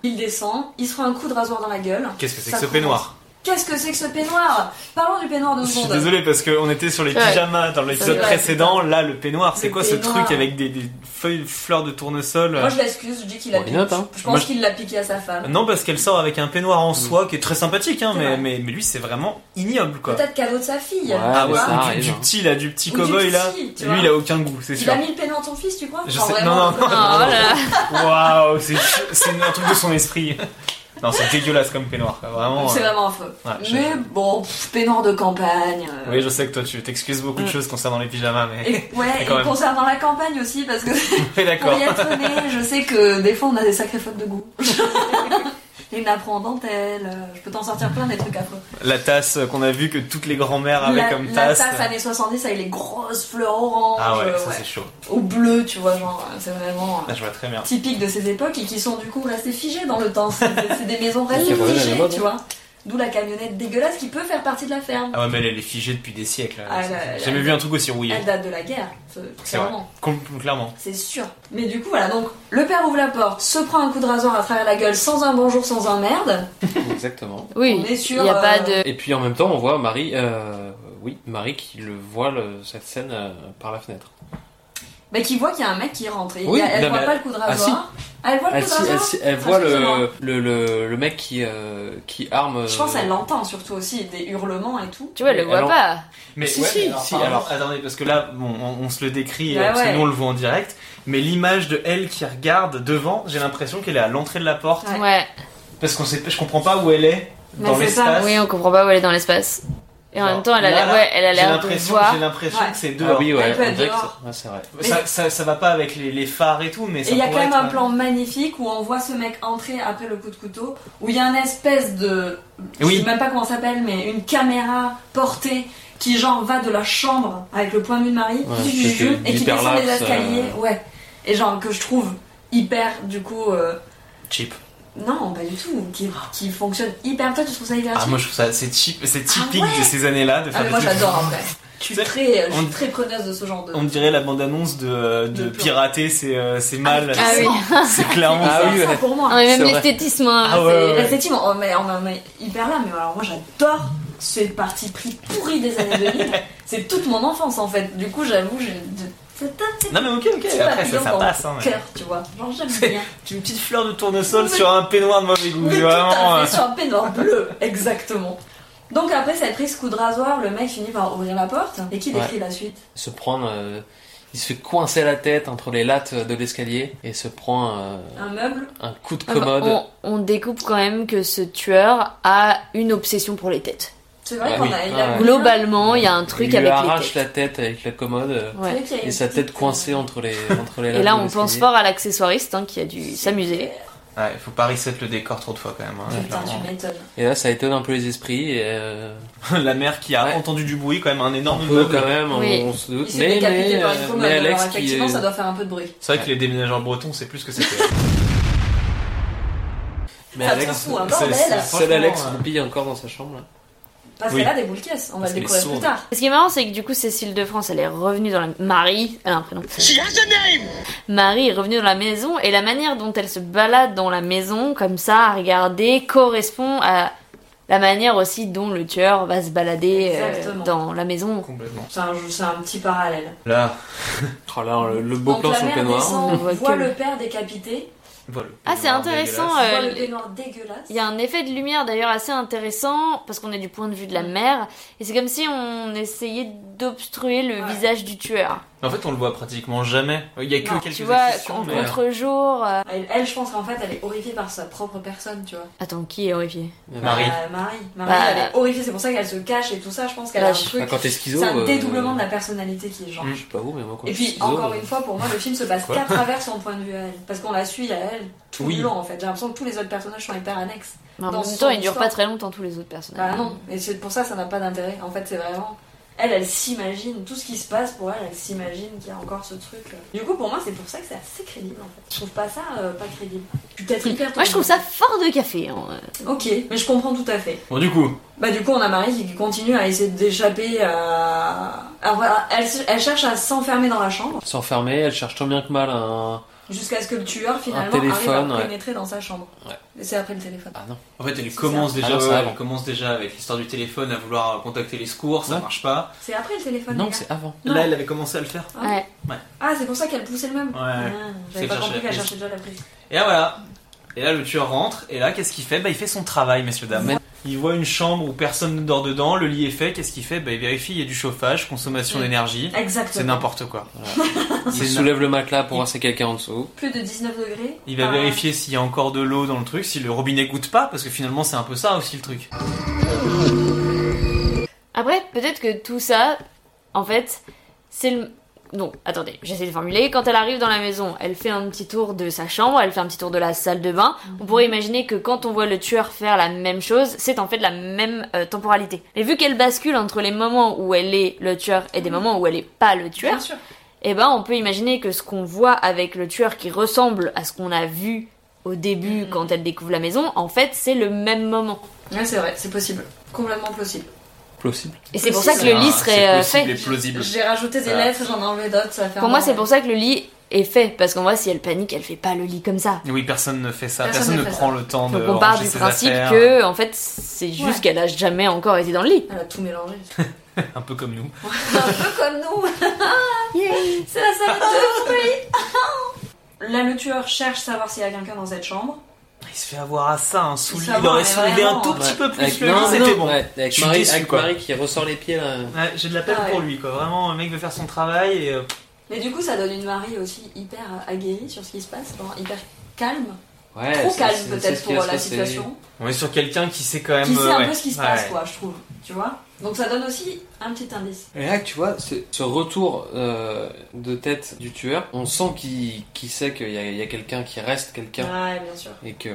Il descend, il se prend un coup de rasoir dans la gueule.
Qu'est-ce que c'est
Ça
que ce
commence.
peignoir
Qu'est-ce que c'est que ce peignoir Parlons du peignoir deux
Je suis
secondes.
désolé parce qu'on était sur les
Ouais.
pyjamas dans l'épisode
C'est vrai,
précédent. Là, le peignoir, c'est
Le
quoi ce
peignoir.
truc avec des, des feuilles, fleurs de tournesol
Moi je l'excuse, je dis qu'il a
Bon, il
piqué.
note, hein.
Je
Moi,
pense
je-
qu'il l'a piqué à sa femme.
Non, parce qu'elle sort avec un peignoir en soie qui est très sympathique, hein,
C'est
mais,
vrai.
mais, mais lui, c'est vraiment ignoble quoi.
Peut-être cadeau de sa fille.
Ouais,
Ah
tu
ouais,
vois.
ça
ou du,
arrive,
du
hein.
petit là, du petit
Ou du
cow-boy
petit,
là.
tu
Lui,
vois.
il a aucun goût, c'est
Il
sûr.
a mis le peignoir à ton fils, tu crois
Je
Genre,
sais-
vraiment,
non, non.
Ah, [LAUGHS] voilà.
Waouh, c'est ch- c'est un truc de son esprit. Non, c'est dégueulasse comme peignoir, quoi, vraiment.
[LAUGHS] C'est
euh,
vraiment un feu.
Ouais, je-
Mais bon, pff, peignoir de campagne. euh,
Oui, je sais que toi, tu t'excuses beaucoup de choses concernant les pyjamas, [LAUGHS] mais.
Mm. Et, ouais,
Mais
et
quand même.
concernant la campagne aussi, parce que [LAUGHS]
Mais
pour
d'accord.
y être honnête, je sais que des fois on a des sacrées fautes de goût. [LAUGHS] Les nappes en dentelle, euh, je peux t'en sortir plein des trucs affreux.
La tasse euh, qu'on a vu que toutes les grand-mères avaient
la,
Ah, comme
la
tasse.
tasse années 70 avec les grosses fleurs orange,
Ah ouais,
euh,
ça
ouais.
c'est chaud.
au bleu, tu vois, genre, euh, c'est vraiment euh,
Là, je vois très bien.
typique de ces époques et qui sont du coup restées figées dans le temps. C'est c'est des
[LAUGHS]
maisons restées
Ouais, la
figées,
mode,
tu
hein.
vois. D'où la camionnette dégueulasse qui peut faire partie de la ferme.
Ah ouais, mais elle, elle est figée depuis des siècles. là.
Ah,
C'est-
là, là,
J'ai jamais
là.
vu un truc aussi rouillé.
Elle date de la guerre, ce-
C'est vrai.
clairement.
Com- clairement.
C'est sûr. Mais du coup, voilà, donc le père ouvre la porte, se prend un coup de rasoir à travers la gueule sans un bonjour, sans un merde.
Exactement.
Oui,
On est
il
sur,
n'y a pas
euh,
de.
Et puis en même temps, on voit Marie, euh, oui, Marie qui le voit le- cette scène euh, par la fenêtre.
Mais qui voit qu'il y a un mec qui est rentré. Il
Oui,
y a- elle
non,
voit
mais
pas le coup de
ah, si.
rasoir. Elle voit le
Elle,
coup de
si-
rasoir.
elle si- elle voit
Excusez-moi.
le, le, le, le mec qui, euh, qui arme. euh,
Je pense qu'elle l'entend surtout aussi, des hurlements et tout.
Tu vois, elle le
Mais
voit
alors-
pas.
Mais
Si,
ouais,
si,
mais alors,
si,
pardon,
alors.
attendez, parce que là, bon, on, on se le décrit,
Bah
euh, parce que
ouais.
nous on le voit en direct, mais l'image de elle qui regarde devant, j'ai l'impression qu'elle est à l'entrée de la porte,
Ouais.
Ouais.
parce qu'on sait, je comprends pas où elle est
Mais
dans
c'est ça,
l'espace.
Oui, on comprend pas où elle est dans l'espace. Et en
Genre,
même temps, elle a
là,
l'air,
là,
ouais, elle a
J'ai
l'air de
l'impression,
voir.
j'ai l'impression
Ouais.
que c'est
Ah
dehors.
oui, ouais,
Elle peut être
on dirait que
dehors.
c'est- ouais, c'est vrai.
Ça, ça, ça va pas avec les, les phares et tout, mais
Et
ça
il y a quand
pourrait
même
être,
un
euh,
plan magnifique où on voit ce mec entrer après le coup de couteau, où il y a une espèce de. Je
Oui.
sais même pas comment ça s'appelle, mais une caméra portée qui, genre, va de la chambre avec le point de vue de Marie
Ouais,
qui-
c'est que
et qui descend les
l'hyperlapse,
escaliers.
euh.
Ouais. Et genre, que je trouve hyper, du coup. euh,
cheap.
Non, pas du tout. Qui, qui fonctionne hyper. Toi, tu trouves ça hyper
Ah,
cheap
moi je trouve ça, c'est cheap, c'est typique
Ah ouais
de ces années-là de
Ah,
faire
mais
des
moi,
trucs-
j'adore après. Je suis
C'est-
très, euh, je suis
on-
très preneuse de ce genre de.
On dirait la bande-annonce de, euh, de
De plan.
pirater, c'est euh, c'est mal,
Ah
[LAUGHS]
oui.
c'est clairement
Ah
Ah
oui,
oui, ça
ouais.
pour
Ah,
moi.
mais même
C'est vrai.
l'esthétisme. hein,
Ah, ouais,
c'est-
ouais, ouais.
Effectivement, on est, on en est hyper là, mais alors moi j'adore ce parti pris pourri des années
[LAUGHS]
2000. C'est toute mon enfance en fait. Du coup, j'avoue, j'ai de- c'est un petit
Non mais ok, ok,
petit
après ça,
papillon
ça
dans
passe. hein,
le
mais-
cœur, tu vois. Genre,
C'est-
j'aime bien.
une petite fleur de tournesol
Mais-
sur un peignoir de mauvais goût.
Mais
c'est
tout
Vraiment,
à
euh,
fait sur un peignoir bleu, exactement. Donc après cette prise coup de rasoir, le mec finit par ouvrir la porte. Et qui décrit la suite
se prendre. euh, il se fait coincer la tête entre les lattes de l'escalier et se prend euh,
Un meuble
un coup de
Enfin,
commode.
Ah bah, on, on découpe quand même que ce tueur a une obsession pour les têtes.
C'est vrai
Ah
qu'on
oui,
a, il a
ah ouais.
Globalement, il y a un truc
il lui
avec les
arrache
têtes.
la tête avec la commode euh,
la-
C'est vrai qu'il y a
et
une
sa
petite-
tête coincée entre les, entre les lattes.
euh, Et là,
de
on pense
l'escalier.
fort à l'accessoiriste hein, qui a dû s'amuser.
Ouais, faut pas reset le décor trop de fois quand même. hein,
Putain, tu
clairement.
m'étonnes.
Et là, ça étonne un peu les esprits. Et, euh,
[LAUGHS] la mère qui a
Ouais.
entendu du bruit, quand même un
un
énorme
peu
meuble.
quand même, on-
Oui.
on, se doute.
Il se fait
Mais,
décapiter
mais,
par
euh,
une commode.
mais
Alors
Alex qui
effectivement,
est-
ça doit faire un peu de bruit.
C'est vrai que les déménageurs bretons, c'est plus ce que c'était.
mais
Ça
Alex,
se fout, hein,
c'est-
bordel.
c'est- c'est
Franchement,
Alex
euh,
roupille encore dans sa chambre. là.
Parce
Oui.
qu'elle a des boules caisses, on va
Parce
le
qu'elle est
découvrir plus
sourde.
tard.
Ce qui est marrant, c'est que du coup, Cécile de France, elle est revenue dans la. Marie, elle a un prénom. Marie est revenue dans la maison et la manière dont elle se balade dans la maison, comme ça, à regarder, correspond à la manière aussi dont le tueur va se balader euh,
Exactement.
dans la maison.
Complètement.
C'est un, c'est un petit parallèle.
Là,
Oh là, le, le beau
Donc
plan
la
sur le
mère
peignoir.
descend,
On voit
voit,
que-
le père décapité,
voilà.
Ah, c'est
Noir,
intéressant,
dégueulasse.
Euh,
voit le
les-
peignoir dégueulasse.
Il y a un effet de lumière d'ailleurs assez intéressant parce qu'on est du point de vue de la
Mm.
mère et c'est comme si on essayait d'obstruer le
Ouais.
visage du tueur.
En fait, on le voit pratiquement jamais. Il y a que
Non,
quelques
Tu vois,
exceptions,
en
mais-
contre-jour. euh,
Elle, elle, je pense qu'en fait, elle est horrifiée par sa propre personne, tu vois.
Attends, qui est horrifié
Marie.
Euh, Marie. Marie,
Bah,
elle est horrifiée, c'est pour ça qu'elle se cache et tout ça. Je pense qu'elle
Bah,
a un
je-
truc.
Ah, quand t'es schizo.
C'est un
euh,
dédoublement de la personnalité qui est genre.
Mm.
Je sais pas vous, mais moi quand
Et
je suis
puis,
schizo,
encore
euh,
une fois, pour moi, le film se passe
Quoi
qu'à travers son point de vue à elle. Parce qu'on la suit à elle tout
Oui.
le long, en fait. J'ai l'impression que tous les autres personnages sont hyper annexes.
Mais en
Dans
même
son
temps, il dure
histoire.
pas très longtemps tous les autres personnages.
Bah non, et c'est pour ça ça n'a pas d'intérêt. En fait, c'est vraiment. Elle, elle s'imagine, tout ce qui se passe pour elle, elle s'imagine qu'il y a encore ce truc. euh. Du coup, pour moi, c'est pour ça que c'est assez crédible en fait. Je trouve pas ça euh, pas crédible. Je suis Peut-être hyper.
Moi, je trouve ça fort de café. hein.
Ok, mais je comprends tout à fait.
euh, Bon, du coup,
Bah, du coup, on a Marie qui continue à essayer d'échapper à. à- voilà, elle, se- elle cherche à s'enfermer dans la chambre
S'enfermer, elle cherche tant bien que mal un.
jusqu'à ce que le tueur finalement
téléphone,
arrive à
ouais.
pénétrer dans sa chambre.
Ouais.
Et c'est après le téléphone.
Ah non.
en fait, elle
C'est
commence
ça.
déjà,
Ah non, c'est
ouais,
avant.
elle commence déjà avec l'histoire du téléphone à vouloir contacter les secours, ça
Ouais.
marche pas.
C'est après le téléphone les
Non,
gars.
c'est avant.
Non.
Là, elle avait commencé à le faire.
Ah.
Ouais.
Ah, c'est pour ça qu'elle poussait le même
Ouais.
Ah, J'avais
C'est
pas
chercher
compris
la
qu'elle
prise.
cherchait déjà la prise.
Et là, voilà. Et là, le tueur rentre. Et là, qu'est-ce qu'il fait Bah, il fait son travail, messieurs dames.
Mais-
Il voit une chambre où personne ne dort dedans. Le lit est fait. Qu'est-ce qu'il fait Bah, il vérifie. Il y a du chauffage, consommation
Oui.
d'énergie.
Exactement.
C'est n'importe quoi.
Il
C'est
soulève le matelas pour voir si quelqu'un en dessous.
plus de 19 degrés.
Il va
Ah.
vérifier s'il y a encore de l'eau dans le truc, si le robinet goûte pas, parce que finalement c'est un peu ça aussi le truc.
Après, peut-être que tout ça, en fait, c'est le. Non, attendez, j'essaie de formuler. Quand elle arrive dans la maison, elle fait un petit tour de sa chambre, elle fait un petit tour de la salle de bain.
Mhm.
On pourrait imaginer que quand on voit le tueur faire la même chose, c'est en fait la même euh, temporalité. Mais vu qu'elle bascule entre les moments où elle est le tueur et des moments où elle est pas le tueur,
Mhm. Bien sûr.
eh ben on peut imaginer que ce qu'on voit avec le tueur qui ressemble à ce qu'on a vu au début
Mhm.
quand elle découvre la maison, en fait c'est le même moment.
Ouais, c'est vrai, c'est possible. Complètement possible.
Possible.
Et c'est pour ça que
C'est
le lit
un-
serait euh,
Ah, C'est
fait.
possible et plausible.
J'ai rajouté des
Ah.
lettres, j'en ai enlevé d'autres, ça fait
Pour moi c'est pour ça que le lit est fait, parce qu'en vrai si elle panique elle fait pas le lit comme ça.
Et Oui, personne ne fait ça.
Personne
Personne,
ne
ne
fait
prend le temps
Donc
de
on part
ranger
du
ses
principe
affaires.
que en fait c'est juste
Ouais.
qu'elle a jamais encore été dans le lit.
Elle a tout mélangé. [LAUGHS]
Un peu comme nous.
un peu comme nous.
[LAUGHS]
c'est la salade de fruits. [LAUGHS] Là, le tueur cherche savoir s'il y a quelqu'un dans cette chambre.
Il se fait avoir à ça, un
Il
sous
se
lit.
fait
Il
avoir,
aurait
mais
soulevé un
vraiment,
tout petit
Ouais.
peu plus
Avec-
le
non,
lit,
non,
c'était bon.
ouais, avec,
suis
Marie,
déçu,
avec
quoi.
Marie qui ressort les pieds là.
Ouais, J'ai de la peine
Ah ouais.
pour lui, quoi. Vraiment, le mec veut faire son travail et. euh,
Mais du coup, ça donne une Marie aussi hyper aguerrie sur ce qui se passe, genre hyper calme.
Ouais,
Trop
c'est-
calme
c'est- c'est ce
peut-être
qui
pour
va se
la
passer.
situation.
On est sur quelqu'un qui sait quand même.
Qui sait
euh,
un
ouais.
peu ce qui se
Ouais.
passe, quoi, je trouve. Tu vois Donc ça donne aussi un petit indice.
Et là, tu vois, ce, ce retour euh, de tête du tueur, on sent qu'il qu'il sait qu'il y a, il y a quelqu'un qui reste quelqu'un
Ouais, bien sûr.
et que,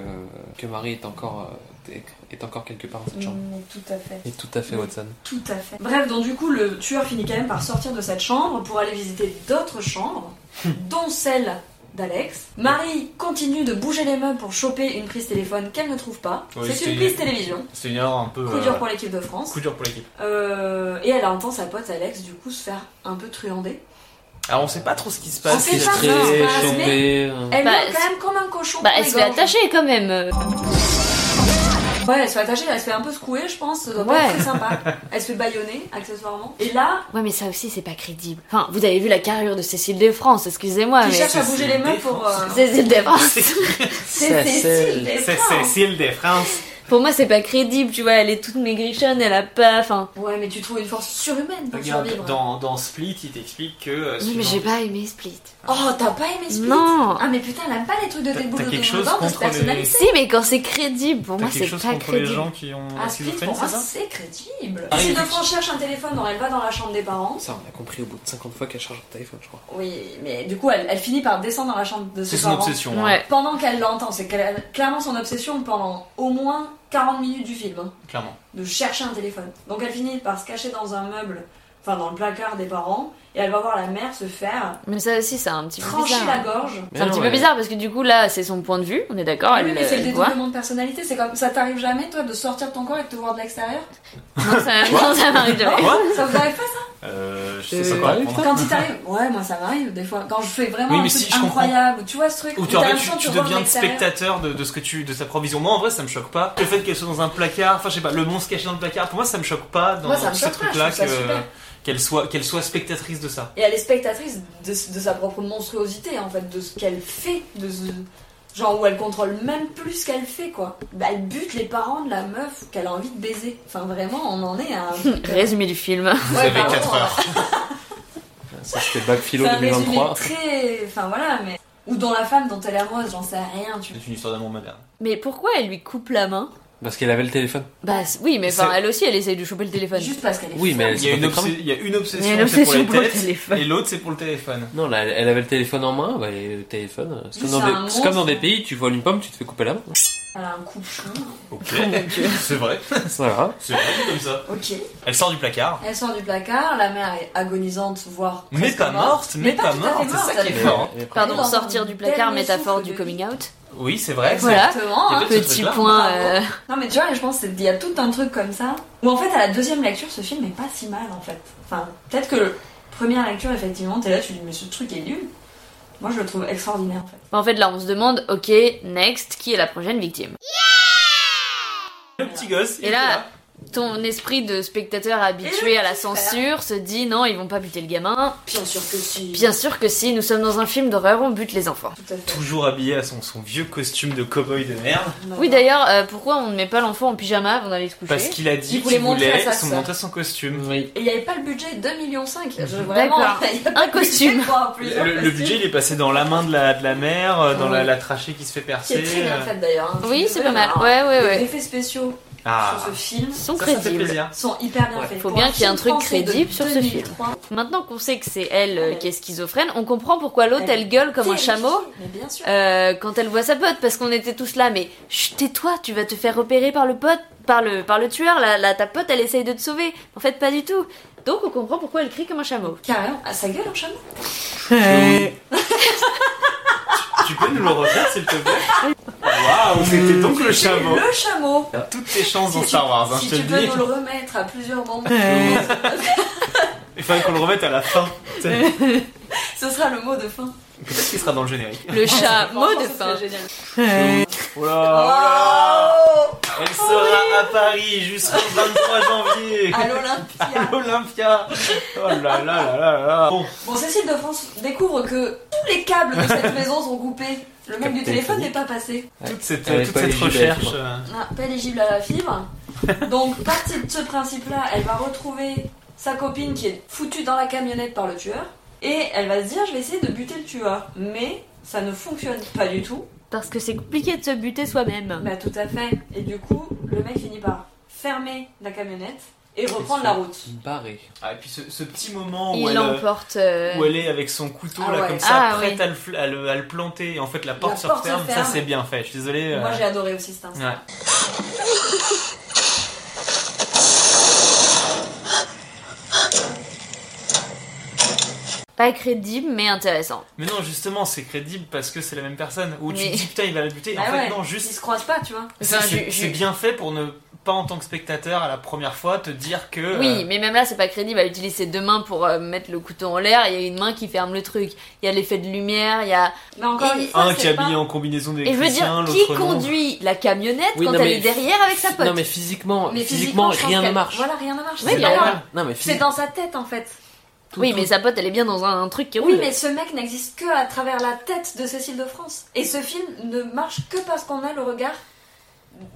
que Marie est encore, euh, est, est encore quelque part dans cette chambre.
Mm, tout à fait.
Et tout à fait, Watson.
Tout à fait. Bref, donc du coup, le tueur finit quand même par sortir de cette chambre pour aller visiter d'autres
[LAUGHS]
chambres, dont celle d'Alex. Marie continue de bouger les meubles pour choper une prise téléphone qu'elle ne trouve pas.
Oui,
c'est
c'est-
une prise télévision.
C'est une erreur un peu.
Coup
euh,
dur pour l'équipe de France.
coup dur pour l'équipe.
Euh, et elle entend sa pote Alex du coup se faire un peu truander.
Alors on sait pas trop ce qui se
On
passe.
sait pas
Filtré,
ce qui se passe,
chopé,
mais-
euh,
Elle
Bah,
meurt quand même comme un cochon.
Bah
qu'on
elle se fait
égorge.
attacher quand même.
Ouais, elle se fait attacher, elle se fait un peu secouer, je pense. Ça doit pas
Ouais.
être très sympa. Elle se fait baïonner, accessoirement. Et là,
Ouais mais ça aussi c'est pas crédible. Enfin vous avez vu la carrure de Cécile de France, excusez-moi
qui
Ah, mais
cherche à
c'est-
bouger
c'est
les mains pour. euh,
Cécile de France.
[LAUGHS] C'est Cécile des
C'est hein.
Francs.
Cécile des France.
Pour moi, c'est pas crédible, tu vois, elle est toute maigrichonne, elle a pas. Enfin.
Ouais, mais tu trouves une force surhumaine pour
Regarde,
survivre.
dans, dans Split, il t'explique que. euh,
Oui, mais
suivant-
j'ai pas aimé Split.
Oh, t'as pas aimé Split
Non
Ah, mais putain, elle aime pas les trucs de
T'as-
tête boule
t'as
de
quelque
ton
chose
dedans, parce
contre les-
personnalisé.
Si, mais quand c'est crédible, pour
T'as
moi,
quelque
c'est
chose
pas
contre les
crédible.
gens qui ont la
Ah, Split,
schizophrénie,
pour moi,
c'est ça
c'est crédible.
Ah,
si
oui,
de France cherche un téléphone dont elle va dans la chambre des parents.
Ça, on a compris au bout de 50 fois qu'elle charge le téléphone, je crois.
Oui, mais du coup, elle, elle finit par descendre dans la chambre de
C'est
ses
son
parents.
obsession. hein.
Ouais.
Pendant qu'elle l'entend, c'est qu'elle a clairement son obsession pendant au moins 40 minutes du film, hein,
Clairement.
de chercher un téléphone. Donc elle finit par se cacher dans un meuble enfin dans le placard des parents, et elle va voir la mère se faire
Mais ça aussi, c'est un petit peu
trancher
bizarre.
la
hein.
gorge.
C'est un petit peu bizarre parce que du coup, là, c'est son point de vue, on est
Oh,
d'accord,
Oui,
elle,
mais c'est le
elle voit.
dédoublement de personnalité, c'est comme ça t'arrive jamais toi de sortir de ton corps et de te voir de l'extérieur
[LAUGHS] Non, ça, non, ça
[LAUGHS]
m'arrive jamais.
Quoi
Ça vous arrive pas ça
Euh, je
Euh,
sais pas quoi
ouais,
répondre.
Quand il t'arrive Ouais, moi ça m'arrive des fois. Quand je fais vraiment
Oui,
un
mais
truc
si, je comprends.
incroyable, tu vois ce truc
Ou tu,
où t'as
en fait, tu-
l'impression de
tu
te voir de
deviens
l'extérieur.
spectateur de, de ce que tu de sa provision. Moi en vrai ça me choque pas. Le fait qu'elle soit dans un placard, enfin je sais pas, le monstre caché dans le placard, pour moi ça me choque pas dans
Moi, ça me
ce
choque pas,
truc là
je trouve ça super.
qu'elle soit qu'elle soit spectatrice de ça.
Et elle est spectatrice de, de sa propre monstruosité, en fait, de ce qu'elle fait, de ce- genre où elle contrôle même plus ce qu'elle fait, quoi. Bah, elle bute les parents de la meuf qu'elle a envie de baiser. Enfin, vraiment, on en est à un.
[LAUGHS]
Résumé du film.
Vous
Ouais,
avez
pardon,
4 heures.
Ça, c'était Bac Philo
C'est un résumé
2023.
très. Enfin, voilà, mais. Ou dans la femme dont elle est amoureuse, j'en sais rien, tu vois.
C'est une histoire d'amour moderne.
Mais pourquoi elle lui coupe la main
Parce qu'elle avait le téléphone.
Bah c- oui, mais enfin,
C'est-
elle aussi, elle essaye de choper le téléphone.
Juste parce qu'elle est.
Oui, mais elle
Il y a
s'est
une,
pas fait
obs-
cramer.
il y a une obsession,
Il y a une
c'est pour les
obsession pour le
têtes,
téléphone.
et l'autre c'est pour le téléphone.
Non, là, elle elle avait le téléphone en main. Bah, et le téléphone. euh, C'est
Oui,
comme, dans
c'est
des-
un
c'est comme dans
monstre.
des pays, tu voles une pomme, tu te fais couper la main. [LAUGHS]
Elle a un coup de chou.
Ok.
Oh
c'est vrai,
Voilà.
c'est vrai c'est comme ça.
Ok.
Elle sort du placard.
Elle sort du placard, la mère est agonisante, voire.
Mais
presque
pas morte, mais, pas
tout à fait
morte, c'est ça
morte,
qui est
elle
fort. hein.
Pardon,
Dans
sortir du
un
placard,
dernier
métaphore
souffle
du
de
coming out.
Oui, c'est vrai. c'est-
Voilà.
Exactement,
Il y a
hein.
peut-être ce
Petit
truc-là.
point.
Bravo.
euh,
Non mais tu vois, je pense qu'il y a tout un truc comme ça. Où en fait, à la deuxième lecture, ce film est pas si mal en fait. Enfin, peut-être que le- première lecture, effectivement, t'es là, tu dis mais ce truc est nul. Moi, je le trouve extraordinaire en fait.
En fait, là, on se demande, ok, next, qui est la prochaine victime
Le petit gosse. il
Et
est
là, ton esprit de spectateur
Et
habitué
le
à la
petit frère.
censure se dit, non, ils vont pas buter le gamin.
Bien sûr que si.
Bien sûr que si, nous sommes dans un film d'horreur, on bute les enfants.
Tout à fait.
toujours habillé à son, son vieux costume de cow-boy de merde
Oui, d'ailleurs, euh, pourquoi on ne met pas l'enfant en pyjama avant d'aller se coucher
parce qu'il a dit
Il
qu'il
voulait montrer
voulait
à sa
se
sœur.
montrer son costume.
Oui.
Et il n'y avait pas le budget, 2,5 millions. Je- Vraiment,
D'accord.
il y a pas
Un
de budget
costume.
pour un plus hein, grand
Le, le
costume.
budget il est passé dans la main de la, de la mère, euh, dans la,
Ouais.
la trachée qui se fait
Qui est
percer.
très bien
euh.
fait d'ailleurs. hein.
Oui,
Je
c'est
suis
pas mal.
désolée,
Ouais, ouais,
hein. Les
ouais.
effets spéciaux
Ah,
sur ce film
Ils sont
ça, ça fait
crédibles.
plaisir.
sont hyper bien
Ouais.
faits.
Faut
Pour
bien
un
qu'il y ait un
film
truc
français de
crédible sur ce film.
2003,
Maintenant qu'on sait que c'est elle euh, qui est schizophrène, on comprend pourquoi l'autre elle gueule comme un
terrifié,
chameau
Mais bien sûr.
euh, quand elle voit sa pote, parce qu'on était tous là, mais chut, tais-toi, tu vas te faire repérer par le pote, par le, par le tueur, là, là, ta pote elle essaye de te sauver. En fait, pas du tout. Donc on comprend pourquoi elle crie comme un chameau.
Carrément, à sa gueule un chameau.
Tu peux nous le refaire s'il te plaît
[LAUGHS]
Waouh, c'était donc le chameau.
Le chameau.
Toutes tes chances dans
Si tu-
Star Wars, hein,
si
je te
tu
le
peux
dis.
nous le remettre à plusieurs bandes,
Il fallait qu'on le remette à la fin.
[LAUGHS]
tu sais.
ce sera le mot de fin.
Peut-être qu'il sera dans le générique. [LAUGHS]
Le chameau de
Franchement, ce serait
fin.
génial.
Oh là, oh là. Elle sera à Paris jusqu'au 23 janvier.
À l'Olympia.
À [LAUGHS] l'Olympia. Oh là là là là là. Bon,
Bon, Cécile de France découvre que tous les câbles de
[LAUGHS]
cette maison sont coupés. Le mec du
Capitaine
téléphone
Fanny.
n'est pas passé.
toute cette,
Elle est
toute
pas
cette
éligible à la
recherche.
fibre.
euh,
Ah, pas éligible à la
[LAUGHS]
fibre. Donc, partie de ce principe-là, elle va retrouver sa copine qui est foutue dans la camionnette par le tueur. Et elle va se dire, je vais essayer de buter le tueur. Mais ça ne fonctionne pas du tout.
Parce que c'est compliqué de se buter soi-même.
Bah tout à fait. Et du coup, le mec finit par fermer la camionnette et reprendre
se-
la route.
Barré.
Ah, et puis ce, ce petit moment où
Il
elle, euh,
l'emporte. euh,
où elle est avec son couteau
Ah
là
ouais.
comme ça,
Ah
prête
oui.
à, le, fl- à le- à le planter, et en fait la porte, se,
porte se
referme, ça
ferme.
c'est bien fait. Je suis désolé.
Moi
euh,
j'ai adoré aussi cet instant.
ouais.
Pas crédible, mais intéressant.
Mais non, justement, c'est crédible parce que c'est la même personne. Ou tu
Mais-
te dis putain, il va la buter.
Bah
en fait,
ouais,
non,
Ils
juste.
se croisent pas, tu vois.
C'est
Enfin,
c'est-
je-
c'est
je-
bien fait pour ne pas en tant que spectateur à la première fois te dire que.
Oui,
euh,
mais même là, c'est pas crédible. Elle utilise ses deux mains pour euh, mettre le couteau en l'air. Il y a une main qui ferme le truc. Il y a l'effet de lumière. Il y a.
Mais encore
Et-
une fois,
Ah, Un qui est
c'est pas...
habillé en combinaison
Et je veux
d'électricien,
dire, qui
l'autre non.
conduit la camionnette
Oui,
quand
non,
elle
mais-
est derrière avec sa pote
Non, mais physiquement,
mais
physiquement,
je pense
rien ne
qu'elle-
marche.
Voilà, rien ne marche.
Oui,
C'est
mais
bah
pas
alors-
grave.
Non, mais
C'est
physiquement.
dans sa tête en fait.
Oui, mais sa pote, elle est bien dans un, un truc qui
Oui,
roule.
mais ce mec n'existe que à travers la tête de Cécile de France. Et ce film ne marche que parce qu'on a le regard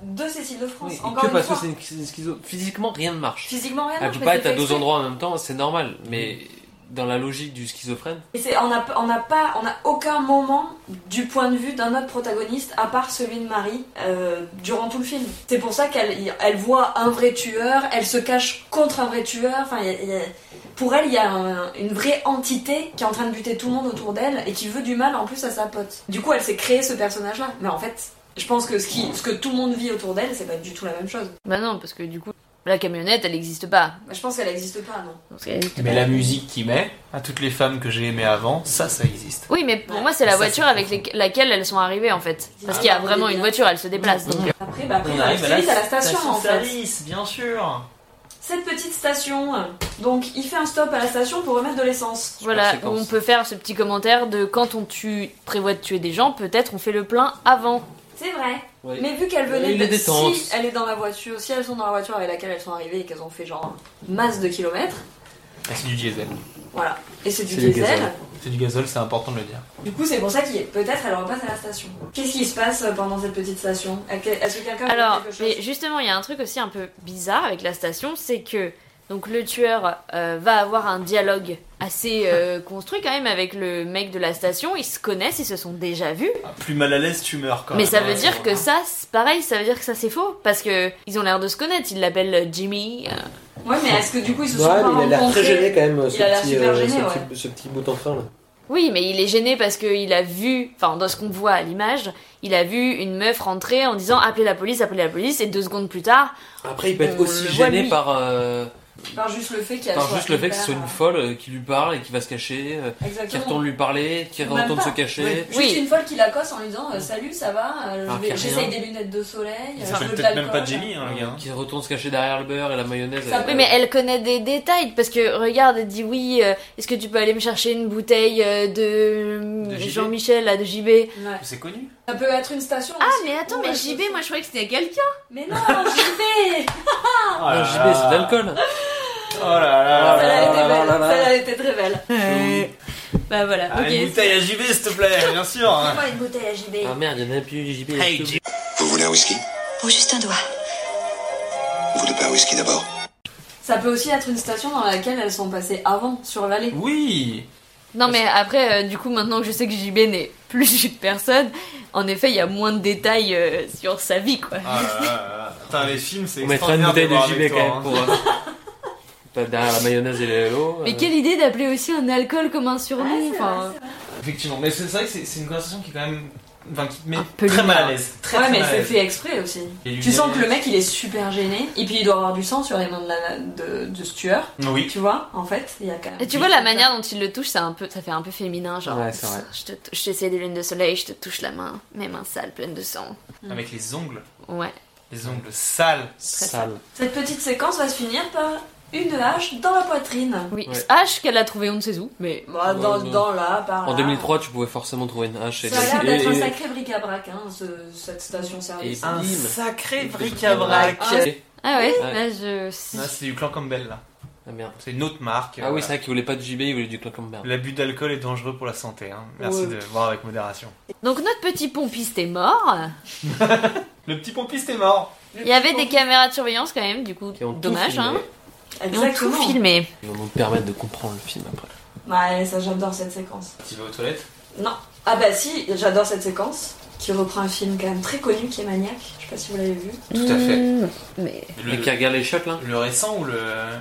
de Cécile de France.
Oui, et
Encore
que
une
parce que
fois. Ah
c'est une schi- schizo. Physiquement, rien ne marche.
Physiquement rien. ne
Elle
marche, mais
peut pas
c'est
être à
fait Mm.
deux
exprès.
endroits en même temps, c'est normal. Mais dans la logique du schizophrène,
Et c'est- on n'a on n'a pas, on n'a aucun moment du point de vue d'un autre protagoniste à part celui de Marie euh, durant tout le film. C'est pour ça qu'elle il- elle voit un vrai tueur, elle se cache contre un vrai tueur. Enfin, il y a- il y a- pour elle, il y a un- une vraie entité qui est en train de buter tout le monde autour d'elle et qui veut du mal en plus à sa pote. Du coup, elle s'est créée ce personnage-là. Mais en fait, je pense que ce, qui, ce que tout le monde vit autour d'elle, c'est pas du tout la même chose.
Bah non, parce que du coup, La camionnette, elle n'existe pas.
Bah, je pense qu'elle n'existe pas, non
Parce qu'elle existe
Mais
pas.
la musique qu'il met à toutes les femmes que j'ai aimées avant, ça, ça existe.
Oui, mais pour
Ouais.
moi, c'est la
Ça,
voiture
c'est
avec les- laquelle elles sont arrivées en fait. Parce qu'il y a vraiment une voiture, elle se déplace. Donc...
Après, bah, après, on arrive très vite à la station, en fait.
bien sûr.
Cette petite station. euh, Donc, il fait un stop à la station pour remettre de l'essence.
Voilà,
Super
on
séquence.
peut faire ce petit commentaire de quand on tue, prévoit de tuer des gens, peut-être on fait le plein avant.
C'est vrai.
Ouais.
Mais vu qu'elle venait
Il les
de.
détend.
Si elle est dans la voiture, si elles sont dans la voiture avec laquelle elles sont arrivées et qu'elles ont fait genre masse de kilomètres,
C'est du diesel.
voilà. Et c'est du
C'est du
diesel.
gazole.
C'est du gazole, c'est important de le dire.
Du coup, c'est pour ça qu'il est. Peut-être elle repasse à la station. Qu'est-ce qui se passe euh, pendant cette petite station Est-ce que quelqu'un
Alors,
fait quelque chose
mais justement, il y a un truc aussi un peu bizarre avec la station, c'est que donc le tueur euh, va avoir un dialogue assez [LAUGHS] euh, construit quand même avec le mec de la station. Ils se connaissent, ils se sont déjà vus.
Ah, Plus mal à l'aise, tu meurs quand
Mais
même.
ça
Ouais,
veut dire que ça, c'est pareil, ça veut dire que ça c'est faux parce que ils ont l'air de se connaître. Ils l'appellent Jimmy. euh,
Ouais, mais est-ce que du coup ils se sont
Ouais,
pas
mais il a l'air
rencontrés
très gêné quand même, ce,
Il a l'air
petit,
super
euh,
gêné,
ce,
ouais.
petit, ce petit bout en train là.
Oui, mais il est gêné parce qu'il a vu, enfin, dans ce qu'on voit à l'image, il a vu une meuf rentrer en disant appelez la police, appelez la police, et deux secondes plus tard,
Après, il peut être
On
aussi
le voit,
gêné
lui.
par, euh,
Par juste le fait qu'il y a
par
soit
juste le fait que
hyper-
ce soit une folle euh, qui lui parle et qui va se cacher, euh, qui
Exactement.
retourne lui parler, qui
Même
retourne
pas.
se cacher.
Juste
Oui.
une folle qui l'accoste en lui disant euh, Salut, ça va Euh, je
Alors
vais-
Ah, qu'il y a
J'essaye
rien.
des lunettes de soleil.
Il
euh,
s'appelle
je veux de
peut-être même
l'alcool.
pas Jimmy, hein, le gars. hein.
Qui retourne se cacher derrière le beurre et la mayonnaise.
Ça
Elle- euh,
peut-
oui, mais elle connaît des détails parce que regarde, elle dit oui, euh, est-ce que tu peux aller me chercher une bouteille euh, de,
De JB?
Jean-Michel, là, de JB
Ouais.
C'est connu.
Ça peut être une station.
Ah,
aussi.
mais attends,
Ouais,
mais
je
JB,
sais.
moi je croyais que c'était quelqu'un.
Mais non,
[LAUGHS]
JB
Oh
Ah, JB, c'est d'alcool.
Oh là là.
Celle-là
là
était
là
belle,
Ah, là là.
celle-là était très belle.
Bah voilà,
Ah, Une
ok.
bouteille à JB, s'il te plaît, bien sûr. hein.
Moi, une bouteille à JB.
Ah merde, il y en a plus du JB.
Hey, JB.
Vous voulez un whisky
Oh, juste un doigt.
Vous voulez pas un whisky d'abord
Ça peut aussi être une station dans laquelle elles sont passées avant, sur l'allée.
Oui.
Non, mais après, euh, du coup, maintenant que je sais que JB n'est plus [LAUGHS] une personne, en effet, il y a moins de détails euh, sur sa vie, quoi.
Ah là là là. Putain, les films, c'est
On mettra une
extraordinaire
bouteille
voir
de
avec
JB quand
toi,
même
hein.
pour. euh, pas derrière la mayonnaise et le l'eau.
Mais
euh.
quelle idée d'appeler aussi un alcool comme un surnom,
Ouais, Ah, c'est
enfin.
vrai,
[LAUGHS] Effectivement, mais c'est c'est vrai que c'est c'est une conversation qui est quand même. Enfin, qui te met
Un peu
très mal à
lunaire.
l'aise. Très,
Ouais,
très
mais
mal à
c'est
l'aise.
fait exprès aussi.
Les
Tu sens que le
lunettes.
mec il est super gêné, et puis il doit avoir du sang sur les mains de, la, de, de ce tueur.
Oui.
Tu vois, en fait, il y a quand même. hein.
Et tu vois la manière dont il le touche, c'est un peu, ça fait un peu féminin, genre.
Ouais, c'est vrai.
Je te touche, j'essaie des lunes de soleil, je te touche la main, mes mains sales, pleines de sang.
Mm. Avec les ongles.
Ouais.
Les ongles sales.
Sale.
Cette petite séquence va se finir par une hache dans la poitrine.
Oui.
Ouais.
H qu'elle a trouvé, on ne sait où, mais.
Bah, dans,
Ouais,
dans là, par là.
En 2003, tu pouvais forcément trouver une hache. et-
Ça a l'air d'être
et-
un
et-
sacré bric-à-brac, hein, ce- cette station-service.
Un
sacré
Ah ouais,
Ouais.
là je.
Là, Ah, c'est du clan Campbell, là.
Ah merde.
C'est une autre marque.
Ah oui,
voilà.
c'est vrai qu'il voulait pas de JB, il voulait du Clockenberg.
L'abus d'alcool est dangereux pour la santé. hein. Merci
Ouais.
de voir avec modération.
Donc notre petit pompiste est mort.
Le petit pompiste est mort.
Il y avait des caméras de surveillance quand même, du coup,
Qui ont tout
dommage,
filmé.
hein. Ils ont tout
Exactement.
filmé.
Ils vont nous permettre de comprendre le film après.
Ouais, ça j'adore cette séquence.
Tu vas aux toilettes
Non. Ah bah si, j'adore cette séquence qui reprend un film quand même très connu qui est Maniac. Je sais pas si vous l'avez vu.
Tout à fait.
Mmh, Mais.
Le qui regarde les shots là
le récent ou le-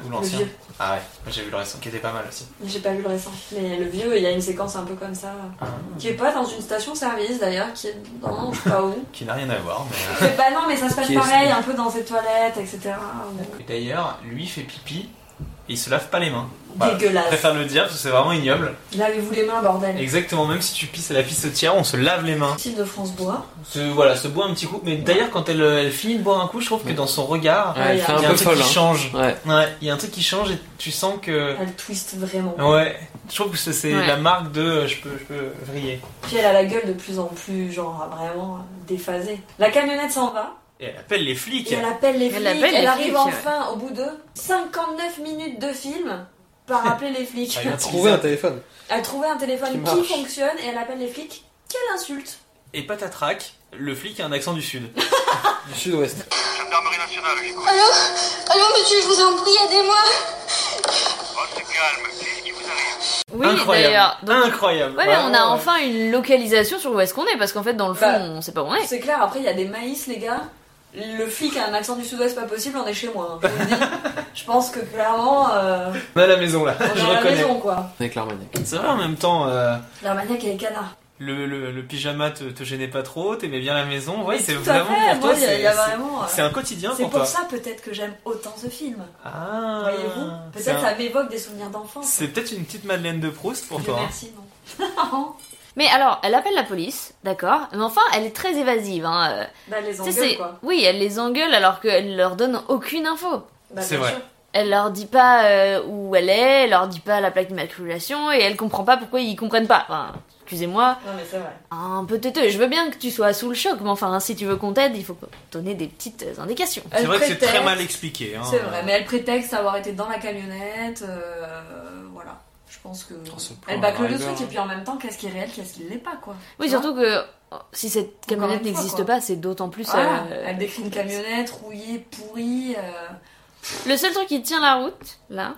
ou l'ancien
Le vieux.
Ah ouais, Moi, j'ai vu le récent qui était pas mal aussi.
J'ai pas vu le récent. Mais le vieux, il y a une séquence un peu comme ça.
Ah.
Qui est pas dans une station-service d'ailleurs, qui est dans je sais pas [LAUGHS] où.
Qui n'a rien à voir. Mais...
C'est- bah non, mais ça se passe
Qui est-
pareil, un peu dans cette toilette, etc. Bon,
euh. Et D'ailleurs, lui fait pipi et il se lave pas les mains.
Bah,
Voilà. Je
Dégueulasse.
préfère le dire parce que c'est vraiment ignoble.
Lavez-vous les mains, bordel.
Exactement, même si tu pisses à la pissotière, on se lave les mains.
Type de France Bois.
Se, voilà, se boit un petit coup. Mais d'ailleurs, quand elle, euh, elle finit de boire un coup, je trouve que dans son regard,
Ouais, il fait
il y a
un
un
peu
truc
folle.
qui
hein.
change.
Ouais.
Ouais, il y a un truc qui change et tu sens que.
Elle twist vraiment.
Ouais, je trouve que c'est- c'est
Ouais.
la marque de euh, je peux, je peux vriller.
Puis elle a la gueule de plus en plus, genre vraiment euh, déphasée. La camionnette s'en va
Et elle appelle les flics.
et elle appelle les
Elle
flics. Elle,
appelle les
arrive
flics,
enfin au bout de 59 minutes de film par appeler les flics.
Ah, il y a
Trouver un téléphone.
Elle trouvait un téléphone
Qui
qui,
marche.
fonctionne et elle appelle les flics. Quelle insulte
Et patatrac, le flic a un accent du sud.
Du sud-ouest.
Gendarmerie nationale, Nico.
Allô Allô, monsieur, je vous en prie, aidez-moi.
Oh, c'est calme. Qu'est-ce qui vous arrive
Oui,
Incroyable.
d'ailleurs. Donc-
Incroyable.
Ouais, mais on a
Vraiment,
enfin une localisation sur où est-ce qu'on est, parce qu'en fait, dans le fond,
Bah.
on sait pas où on est.
C'est clair, après il y a des maïs, les gars. Le flic a un accent du sud-ouest pas possible, on est chez moi. hein. Je, vous le dis.
[LAUGHS]
Je pense que clairement, euh,
euh, On a la maison là.
on est
je
à la
reconnais.
maison quoi.
Avec l'Armagnac.
C'est vrai en même temps. euh,
La maniaque et les canards.
le, le, le pyjama te, te gênait pas trop, t'aimais bien la maison. Ouais,
Mais
c'est
tout à
vraiment
fait,
pour toi,
moi, il y a-
c'est-
il y a
c'est-
vraiment, euh,
C'est un quotidien
C'est
pour
pour
toi.
ça peut-être que j'aime autant ce film.
Ah,
Voyez-vous
c'est un-
Peut-être ça m'évoque des souvenirs d'enfance.
C'est peut-être une petite Madeleine de Proust pour
Dieu
toi. hein.
merci, non.
Mais alors, elle appelle la police, d'accord, mais enfin, elle est très évasive. Hein. euh,
Bah, les
tu sais,
engueule,
c'est-
quoi.
Oui, elle les engueule alors qu'elle leur donne aucune info.
Bah,
C'est
bien
vrai.
sûr.
Elle leur dit pas euh, où elle est, elle leur dit pas la plaque d'immatriculation et elle comprend pas pourquoi ils comprennent pas. Enfin, excusez-moi,
Non, mais c'est vrai.
un peu têteux. Je veux bien que tu sois sous le choc, mais enfin, si tu veux qu'on t'aide, il faut donner des petites indications.
C'est
Elle
vrai que c'est très
prétexte-
mal expliqué. hein.
C'est vrai, mais elle prétexte avoir été dans la camionnette. euh, voilà. Je pense que.
Oh, ce plan
Elle bâcle le
driver.
truc, et puis en même temps, qu'est-ce qui est réel, qu'est-ce qui ne l'est pas, quoi.
Oui,
Tu vois
surtout que oh, si cette camionnette
une fois,
n'existe
quoi. Ah.
pas, c'est d'autant plus.
Voilà,
euh,
elle décrit une camionnette rouillée, pourrie. euh,
Le seul truc qui tient la route, là,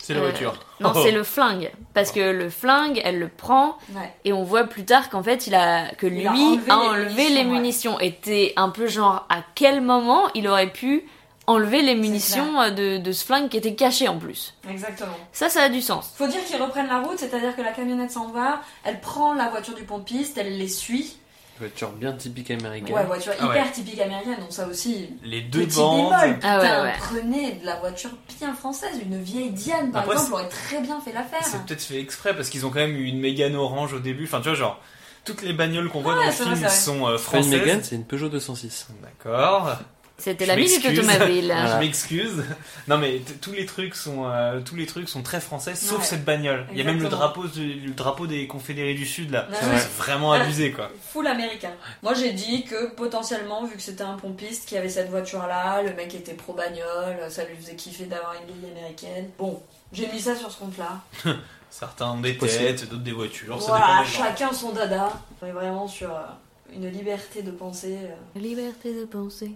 C'est la
Euh,
voiture. [LAUGHS]
non,
Oh.
c'est le flingue. Parce que le flingue, elle le prend
Ouais.
Et on voit plus tard qu'en fait, il a que lui
Il
a
a
enlevé,
enlevé les
les
munitions,
munitions. Était un peu genre à quel moment il aurait pu enlever les munitions euh, de, de ce flingue qui était caché en plus.
Exactement.
Ça, ça a du sens.
Faut dire qu'ils reprennent la route, c'est-à-dire que la camionnette s'en va, elle prend la voiture du pompiste, elle les suit.
Voiture bien typique américaine.
Ouais, voiture
Ah
hyper typique américaine, donc ça aussi.
Les deux
petit
bandes.
bémol,
Ah ouais,
putain,
ouais.
prenez de la voiture bien française, une vieille Diane par
Après,
exemple
c'est-
aurait très bien fait l'affaire.
C'est peut-être fait exprès parce qu'ils ont quand même eu une Mégane orange au début. Enfin, tu vois, genre, toutes les bagnoles qu'on voit dans le
c'est vrai,
film
c'est vrai.
sont euh,
Pas une
françaises.
Mégane, c'est une Peugeot 206.
D'accord.
C'était
Je
la musique
m'excuse. [LAUGHS]
automobile.
Ah.
Je
Voilà.
m'excuse. Non, mais t- tous les trucs sont euh, tous les trucs sont très français, sauf
Ouais.
cette bagnole. Il y a même le
Exactement. Bah
drapeau de- le drapeau des Confédérés du Sud là.
Ouais.
C'est vrai, c'est vraiment
Ah.
abusé quoi.
Full américain. Moi j'ai dit que potentiellement, vu que c'était un pompiste qui avait cette voiture là, le mec était pro bagnole, ça lui faisait kiffer d'avoir une vieille américaine. Bon, j'ai mis ça sur ce compte là.
Certains ont des
Possible.
têtes, d'autres des voitures. Ça
voilà,
dépend des gens.
chacun son dada. On est vraiment sur euh, une liberté de penser. euh,
Liberté de penser.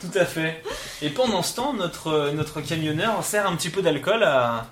Tout à fait. Et pendant ce temps, notre euh, notre camionneur sert un petit peu d'alcool à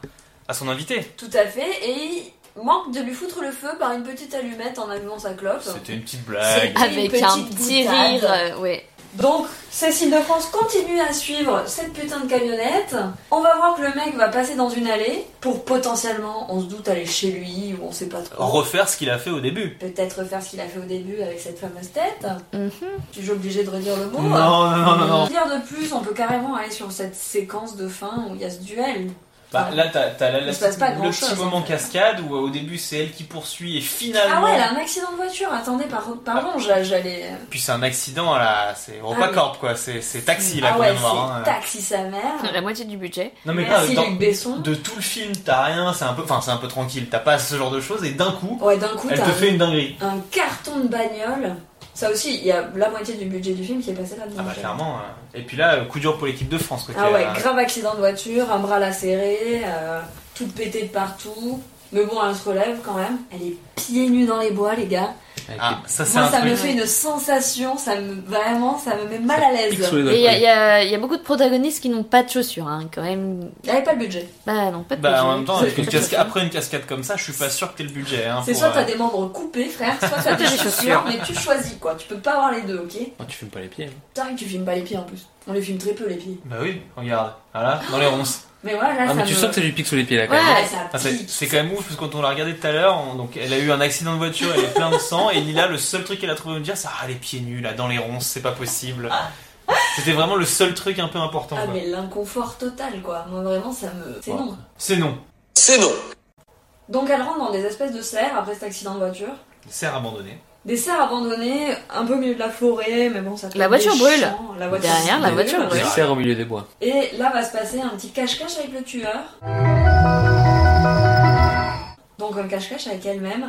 à son invité.
Tout à fait, et il manque de lui foutre le feu par une petite allumette en allumant sa clope.
C'était une petite blague.
Une
Avec un
petite
petit
boutade.
rire. euh, ouais.
Donc, Cécile de France continue à suivre cette putain de camionnette. On va voir que le mec va passer dans une allée pour potentiellement, on se doute, aller chez lui ou on sait pas trop.
Refaire ce qu'il a fait au début.
Peut-être faire ce qu'il a fait au début avec cette fameuse tête.
Mhm.
Je suis obligée de redire le mot.
Non, non, non, non, non.
Dire de plus, on peut carrément aller sur cette séquence de fin où il y a ce duel.
Bah, là, t'as, t'as la-
Il
la-
se passe pas
le
grand-chose,
petit
en
moment
fait.
cascade où euh, au début c'est elle qui poursuit et finalement.
Ah ouais, elle a un accident de voiture. Attendez, par- pardon, j'a- j'allais.
Puis c'est un accident là, c'est Europacorp quoi, c'est, c'est taxi là
Ah
quand
ouais,
même. hein.
c'est taxi sa mère.
La moitié du budget.
Non mais pas
Merci
dans-
Luc Besson.
de tout le film, t'as rien, c'est un peu, enfin c'est un peu tranquille, t'as pas ce genre de choses et d'un coup,
Ouais, d'un coup,
elle
t'as
te fait une dinguerie.
un carton de bagnole. Ça aussi, il y a la moitié du budget du film qui est passé là-dedans.
Ah bah clairement. hein. Et puis là, euh, coup dur pour l'équipe de France quoi.
Ah
qui a-
ouais, grave accident de voiture, un bras lacéré, euh, toute pétée de partout. Mais bon, elle se relève quand même. Elle est pieds nus dans les bois, les gars.
Avec
Ah, ça c'est
Moi,
un
ça
truc.
me fait une sensation, ça me vraiment, ça me met mal à
des pics sous les
l'aise.
doigts
Et il y, a-
de
il y a- il y a beaucoup de protagonistes qui n'ont pas de chaussures, hein, quand même.
Elle avait pas le budget.
Bah non, pas de
Bah
budget.
en même temps,
Pas de
avec une
chaussures.
cascade- après une cascade comme ça, je suis pas sûr que t'aies le budget. Hein,
C'est
pour,
soit t'as
euh,
des membres coupés, frère, soit t'as des chaussures, mais tu choisis quoi. Tu peux pas avoir les deux, ok
couilles. Ah, tu fumes pas les pieds. hein.
Putain, tu filmes pas les pieds en plus. On les filme très peu les pieds.
Bah oui, regarde, voilà, dans les ronces.
Mais voilà, là,
Ah,
ça
mais tu
me...
sens que ça lui pique sous les pieds là quand
Ouais.
même.
Ouais, ça
Ah, c'est
pique.
c'est quand même ouf parce que quand on l'a regardé tout à l'heure, on- donc elle a eu un accident de voiture, elle est pleine de sang et Lila le seul truc qu'elle a trouvé à me dire c'est ah les pieds nus là dans les ronces c'est pas possible. C'était vraiment le seul truc un peu important.
Ah
quoi.
mais l'inconfort total quoi, moi vraiment ça me... C'est
Ouais.
non.
C'est non,
C'est non.
Donc elle rentre dans des espèces de serres après cet accident de voiture.
serre abandonné.
Des serres abandonnées, un peu au milieu de la forêt, mais bon ça fait
La voiture
des
brûle.
champs. La voiture
Derrière, la
brûle.
voiture
Des
brûle.
Ouais.
serres au milieu des bois.
Et là va se passer un petit cache-cache avec le tueur. Donc un cache-cache avec elle-même,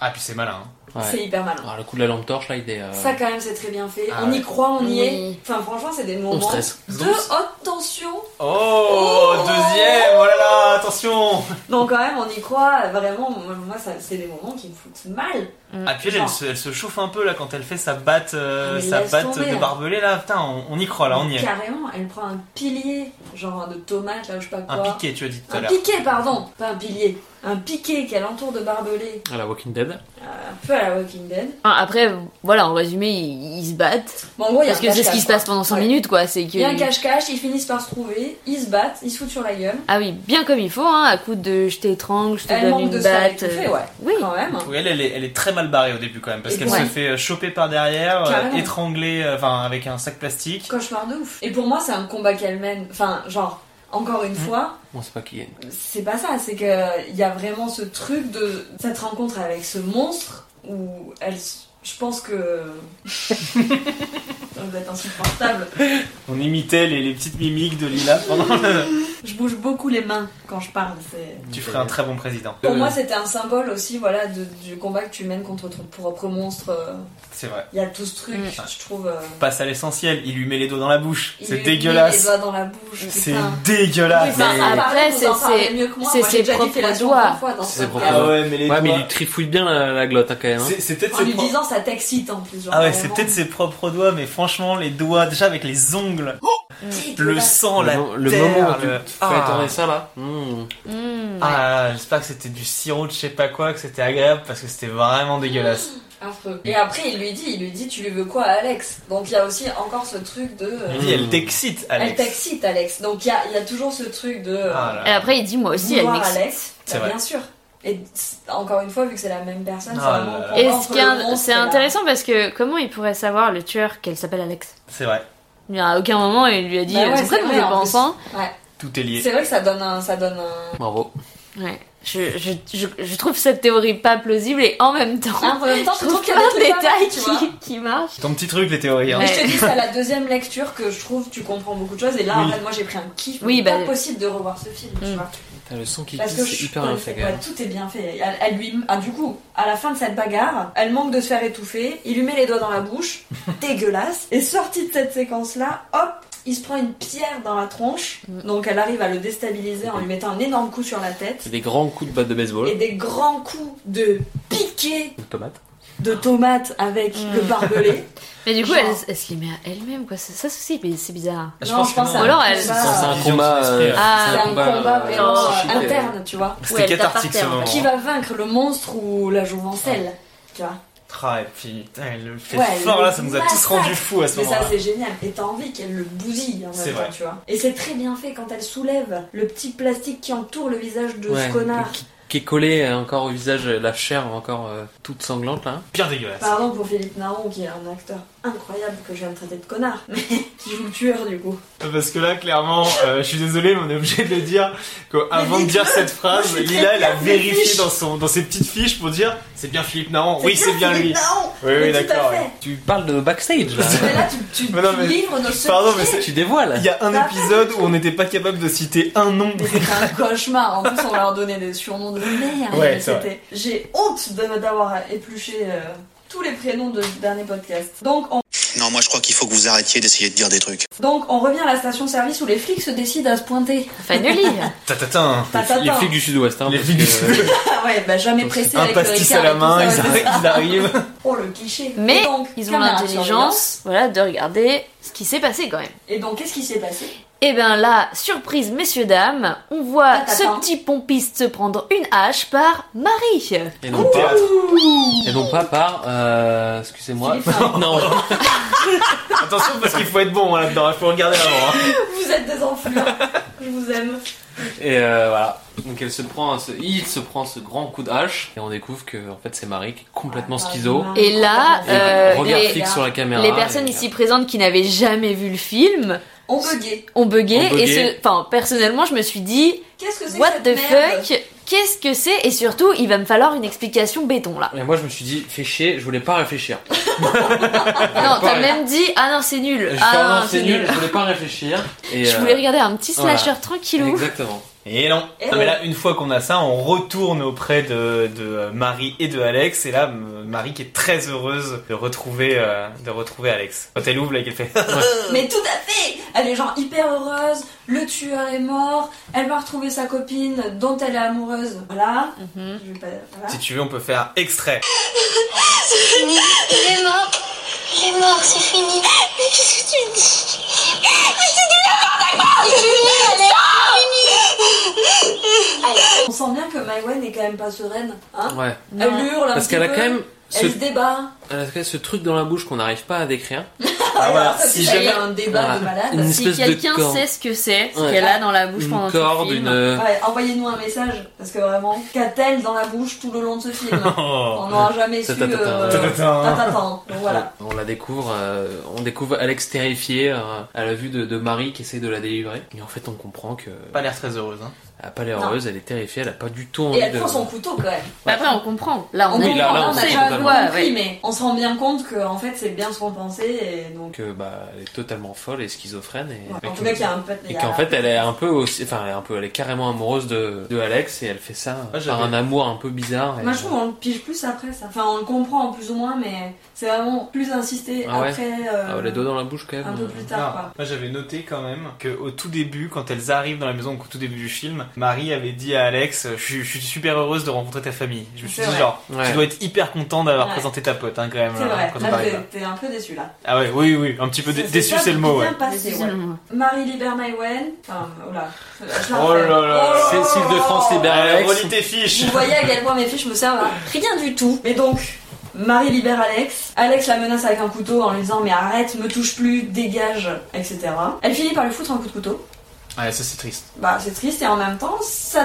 Ah puis c'est malin. hein.
Ouais.
c'est hyper malin.
Ah, le coup de la lampe torche là, il est. euh,
Ça quand même c'est très bien fait,
Ah
on
ouais.
y croit, on y
Oui.
est. Enfin franchement c'est des
On
moments
stresse.
de haute tension.
Oh,
Oh
deuxième, voilà là, attention.
Donc quand même on y croit, vraiment moi moi, ça c'est des moments qui me foutent mal.
Ah puis elle, elle, se, elle se chauffe un peu là quand elle fait sa batte, euh,
Ah, Mm. mais
sa
laisse
batte
tomber,
de
hein.
barbelé là, putain on, on y croit là, on y est.
Carrément, elle prend un pilier, genre de tomate, là, ou je sais pas
Un
quoi.
piquet tu as dit tout à
Un
l'heure.
piquet, pardon, pas un pilier. Un piquet qu'elle entoure de barbelés,
À la Walking Dead.
un peu à la Walking Dead.
Enfin, Après, voilà, en résumé, ils, ils se battent.
Bon, en gros, il y a
Parce
un
que c'est ce qui
cache-cache,
se passe
quoi.
pendant 5
Ouais.
minutes, quoi. C'est que.
Il y a un cache-cache, ils finissent par se trouver, ils se battent, ils se foutent sur la gueule.
Ah oui, bien comme il faut, hein, à coup coup de je t'étrangle, je te
Elle
donne
manque
une
de se faire
batte.
étouffer,
euh,
ouais.
Oui.
Quand même.
Oui, elle, elle est, elle est très mal barrée au début quand même, parce
Et
qu'elle
ouais.
se fait euh, choper par derrière, euh,
Carrément.
étranglée, euh, enfin avec un sac plastique.
Cauchemar de ouf. Et pour moi, c'est un combat qu'elle mène. Enfin, genre, encore une fois,
On sait pas qui gagne.
c'est pas ça. C'est que il y a vraiment ce truc de cette rencontre avec ce monstre où elle. s- Je pense que.
[LAUGHS]
Vous êtes insupportable.
On imitait les, les petites mimiques de Lila pendant
[LAUGHS]
le...
Je bouge beaucoup les mains quand je parle. C'est.
Tu ferais un très bon président.
Pour moi, c'était un symbole aussi, voilà, de- du combat que tu mènes contre ton propre monstre. euh,
C'est vrai.
Il y a tout ce truc,
Mm.
je trouve. euh,
Passe à l'essentiel, il lui met les doigts dans la bouche.
il
C'est
lui met Les
dégueulasse.
doigts dans la bouche.
C'est
putain.
dégueulasse.
Enfin, ah, bah,
mais-
à part
Après,
vous en
c'est-
parlez
c'est-
mieux que moi.
c'est
Moi,
ses
j'ai déjà dit
propres
fellation
doigts.
plein de fois dans ce
C'est ses
podcast.
propres
Ah ouais, mais les
Ouais, mais
doigts-
il lui trifouille bien la, la glotte hein, quand même. hein.
C'est c'est peut-être
En
ses
lui
propres-
disant, ça t'excite en plus. genre,
Ah ouais, c'est
vraiment.
peut-être ses propres doigts, mais franchement, les doigts, déjà avec les ongles, le sang,
Le
la
mo- le
terre,
moment où tu
le-
tu fais
Ah,
tourner ça là. Mmh.
Mm.
Ah, j'espère que c'était du sirop de je sais pas quoi, que c'était agréable, parce que c'était vraiment dégueulasse.
Affreux. Et après, il lui dit, il lui dit, tu lui veux quoi, Alex Donc il y a aussi encore ce truc de. euh,
Il dit, elle t'excite,
Elle
Alex.
t'excite, Alex. Donc il y a, il y a toujours ce truc de. euh,
Ah là là.
hmm. Et après, il dit moi aussi, elle
vouloir
m'excite.
Alex.
C'est
Bah,
vrai.
Bien sûr. Et c'est- encore une fois, vu que c'est la même personne,
Ah
c'est vraiment.
là là.
qu'on
Et
rentre
ce qui est
le
in-
monstre,
c'est
et la-
intéressant parce que comment il pourrait savoir le tueur qu'elle s'appelle Alex
C'est vrai,
Il y a- À aucun moment, il lui a dit
Bah ouais,
c'est vrai
c'est
qu'on
vrai,
est
en
pas
plus.
ensemble.
Ouais.
tout est lié.
C'est vrai que ça donne un. Ça donne un...
Bravo.
Ouais. Je, je, je, je trouve cette théorie pas plausible et en même temps,
Ah, en même temps,
je
je trouve
trouve
qu'il
plein
y a
de
des trucs pas mal,
détails
tu vois.
qui, qui marchent.
Ton petit truc, les théories. hein.
Mais
Ouais.
je te dis, c'est à la deuxième lecture que je trouve tu comprends beaucoup de choses. Et là, en
Oui.
fait, moi j'ai pris un kiff.
Oui,
pas
bah-
possible de revoir ce film, tu
Mm.
vois.
Putain, le son qui
Parce
glisse,
que
c'est
je
hyper bien
connaissais
fait quand
pas,
même.
tout est bien fait. Elle, elle lui, ah, du coup, à la fin de cette bagarre, elle manque de se faire étouffer. Il lui met les doigts dans la
[LAUGHS]
bouche, dégueulasse. Et sortie de cette séquence-là, hop, il se prend une pierre dans la tronche.
Mm.
Donc elle arrive à le déstabiliser en lui mettant un énorme coup sur la tête.
C'est des grands coups de batte de baseball.
Et des grands coups de piquet
De tomate.
de tomate avec
Mm.
le barbelé.
Mais du coup,
Genre.
elle, elle se les met à elle-même quoi. Ça, ça aussi, mais c'est bizarre.
[LAUGHS] Je
Non,
pense
je
que
pense
non. hein.
à-
Ou alors, elle-
je
C'est
pense à-
ça.
un
Vision
combat.
de son
euh,
esprit, ouais.
C'est Ah, un combat
euh,
vraiment
psychique, euh,
interne, tu vois.
Ouais,
C'était
elle tape par
cathartique ce
terre, en
moment.
Qui va vaincre le monstre ou la jouvencelle Tu vois.
Ah, et puis, putain, le fait
Ouais,
fort
le
là, ça nous a tous
massacre.
rendus fous à ce
Mais ça,
moment-là.
c'est génial. Et t'as envie qu'elle le bousille en
C'est
même
vrai.
temps, tu vois. Et c'est très bien fait quand elle soulève le petit plastique qui entoure le visage de
ouais,
ce connard.
Qui, qui est collé euh, encore au visage, euh, la chair encore euh, toute sanglante là.
Pire dégueulasse.
Pardon pour Philippe Naron, qui est un acteur incroyable que j'aime traiter de connard, mais [LAUGHS] qui joue le tueur du coup.
Parce que là, clairement, euh, je suis désolé, mais on est obligé de le dire. Qu'avant
Mais
de dire
dites-le,
cette phrase,
moi, je suis
Lila,
très
elle a
fière de mes
vérifié
fiches.
dans, son, dans ses petites fiches pour dire c'est bien Philippe Naran, oui, c'est bien
Philippe
lui. [LAUGHS]
Naron
Oui,
Mais
oui,
tout à
d'accord.
fait.
oui.
Tu parles de backstage là.
[LAUGHS]
Mais là, tu, tu,
Mais non,
tu
mais-
livres nos secrets.
Pardon, mais c'est-
tu dévoiles.
il y a un
Ça va
épisode où on n'était pas capable de citer un nom. [LAUGHS]
Mais c'était un cauchemar. En plus, on leur donnait des surnoms de merde.
Ouais,
Mais
c'est vrai.
c'était- J'ai honte de- d'avoir épluché euh, tous les prénoms de ce dernier podcast. Donc on,
Non, moi je crois qu'il faut que vous arrêtiez d'essayer de dire des trucs.
donc, on revient à la station-service où les flics se décident à se pointer. [LAUGHS]
Fanoli
Tatatin.
Tatatin.
Les flics du sud-ouest. Hein,
Les
parce
flics
que-
du Sud-Ouest.
Ah ouais, bah jamais pressé
Un
avec le
pastis
Ricard
à la
et tout ça,
main,
ouais,
ils
c'est
arrêtent,
ça.
ils arrivent.
Oh le cliché.
Mais
Et donc,
ils ont
caméra
l'intelligence, voilà, de regarder ce qui s'est passé quand même.
surveillance. Et donc, qu'est-ce qui s'est passé [LAUGHS]
Et Eh bien là, surprise messieurs dames, on voit
Tatatin.
ce petit pompiste se prendre une hache par Marie.
Et non, pas, et non pas par. euh, Excusez-moi.
Philippe Naron.
[LAUGHS] non,
Attention, parce qu'il faut être bon hein, là-dedans, il faut regarder avant. hein.
Vous êtes des enflures. Je vous aime.
Et euh, voilà. Donc elle se prend, un- ce- il se prend ce grand coup de hache et on découvre que en fait c'est Marie qui est complètement schizo.
Et là, Ah,
Et
Euh,
regard
les-
fixe sur la caméra.
Les personnes
et-
ici présentes qui n'avaient jamais vu le film
on buguait.
ont
Ont
bugué et
bugué.
ce... enfin, personnellement, je me suis dit
Qu'est-ce que c'est que
What
cette
the
merde
fuck Qu'est-ce que c'est Et surtout, il va me falloir une explication béton là.
Et moi je me suis dit, fais chier, je voulais pas réfléchir.
[LAUGHS] Non, t'as
pareil.
même dit Ah non, c'est nul.
Je fais,
Ah
ah
non,
c'est nul, je voulais pas réfléchir. Et,
Je
euh,
voulais regarder un petit
voilà.
slasher tranquillou.
Exactement.
Et non.
Et
Non, mais
non.
là, une fois qu'on a ça, on retourne auprès de, de Marie et de Alex. Et là, m- Marie qui est très heureuse de retrouver, euh, de retrouver Alex. Quand elle ouvre, là, qu'elle fait. [LAUGHS]
Mais tout à fait Elle est genre hyper heureuse, le tueur est mort, elle va retrouver sa copine dont elle est amoureuse. Voilà.
Mhm.
Je vais pas- voilà.
si tu veux, on peut faire extrait.
Ah,
Il est mort. Il est mort, c'est fini. Mais qu'est-ce que tu dis Mais c'est du
On sent bien que Maïwen est quand même pas sereine.
Ah,
Hein
Ouais.
Elle hurle un
Parce
petit
qu'elle a
peu,
quand même ce,
Elle se débat.
elle a quand même ce truc dans la bouche qu'on n'arrive pas à décrire.
alors
Ah, voilà,
ça,
si
c'est
jamais-
un débat
Voilà.
de malade.
Une
Si
espèce de
quelqu'un
corde.
sait ce que c'est, ce
Ouais.
qu'elle a dans la bouche pendant
Une
tout le
corde,
film,
une. euh,
Ouais, envoyez-nous un message, parce que vraiment, qu'a-t-elle dans la bouche tout le long de ce film
Oh.
On n'aura jamais su.
Tatatatin.
euh,
Tatatatin.
tatatatin. Donc voilà.
On la découvre, euh, on découvre Alex terrifié euh, à la vue de, de Marie qui essaie de la délivrer. Et en fait, on comprend que
Pas l'air très heureuse. Hein.
elle a pas l'air
Non.
heureuse, elle est terrifiée, elle a pas du tout
Et
envie
elle
de.
prend son couteau quand même.
bah après on comprend. Là on
on
est
Oui, là,
comprend,
là,
on,
on
a
sait
déjà
totalement.
compris,
Ouais, ouais.
mais on se rend bien compte que en fait c'est bien ce qu'on pensait et donc.
Que bah, elle est totalement folle et schizophrène et,
ouais.
et
En tout
que-
cas, qu'il y a un peu. il
et
y a-
qu'en fait elle est un peu aussi, enfin elle est un peu, elle est carrément amoureuse de, de Alex et elle fait ça
Ah, j'avais-
par un amour un peu bizarre. et-
Moi je trouve euh, qu'on le pige plus après ça. Enfin, on le comprend plus ou moins, mais c'est vraiment plus insisté
Ah ouais.
après. euh,
Ah, les doigts dans la bouche quand même.
un peu plus
Non,
tard quoi.
Moi j'avais noté quand même qu'au tout début, quand elles arrivent dans la maison, donc au tout début du film, Marie avait dit à Alex Je suis- je suis super heureuse de rencontrer ta famille. Je me suis
C'est
dit,
vrai.
genre,
Ouais.
tu dois être hyper content d'avoir
Ouais.
présenté ta pote hein, quand même.
C'est
euh,
vrai,
quand on
là
arrive
t'es- t'es
là.
un peu déçu là.
Ah ouais, oui, oui, un petit peu dé-
Ça s'est
déçu,
pas
c'est le mot. Ouais.
bien passé, ouais.
Décision.
Marie libère Maïwen. Enfin, oh là. je la
Oh
refais.
là là.
Oh
C'est Sylvie de France libère
Allez,
Alex.
relis tes fiches
Vous voyez à quel point mes fiches me servent à rien du tout. Mais donc, Marie libère Alex. Alex la menace avec un couteau en lui disant Mais arrête, me touche plus, dégage, etc. Elle finit par lui foutre un coup de couteau.
Ouais, ça c'est triste.
Bah, c'est triste et en même temps, ça.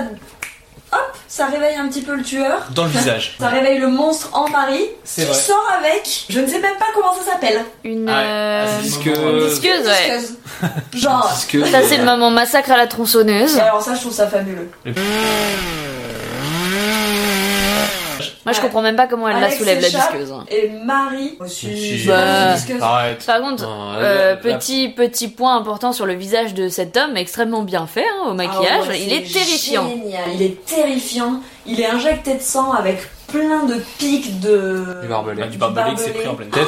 Hop, ça réveille un petit peu le tueur.
Dans le visage.
Ça réveille le monstre en Marie
C'est
qui
vrai.
sort avec. Je ne sais même pas comment ça s'appelle.
Une
Ah ouais.
euh,
Ah, c'est
disque-
le moment, ouais.
disqueuse, ouais.
Disqueuse. Genre.
Disqueuse.
Ça c'est le moment massacre à la tronçonneuse.
Et alors, ça, je trouve ça fabuleux.
Moi je
Ouais.
comprends même pas comment elle la
Alex
soulève la
s'échappe.
disqueuse. hein.
Et Marie. Aussi,
Si,
je la
bah,
disqueuse.
Arrête.
Par contre,
Non, la-
euh,
la-
petit petit point important sur le visage de cet homme extrêmement bien fait hein, au maquillage,
Ah ouais,
il
c'est
est, terrifiant.
génial. Il est terrifiant. Il est injecté de sang avec plein de pics de.
Du barbelé.
Ah, du barbelé qui s'est pris en pleine tête.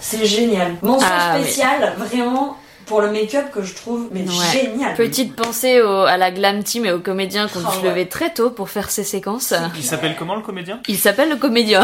C'est génial. Mention
Ah,
spéciale, vraiment, pour le make-up que je trouve mais
Ouais.
génial.
Petite pensée au- à la glam team et aux comédiens qui ont dû
Ah
se
ouais.
lever très tôt pour faire ces séquences.
Ah.
Il s'appelle comment le comédien
Il s'appelle le comédien.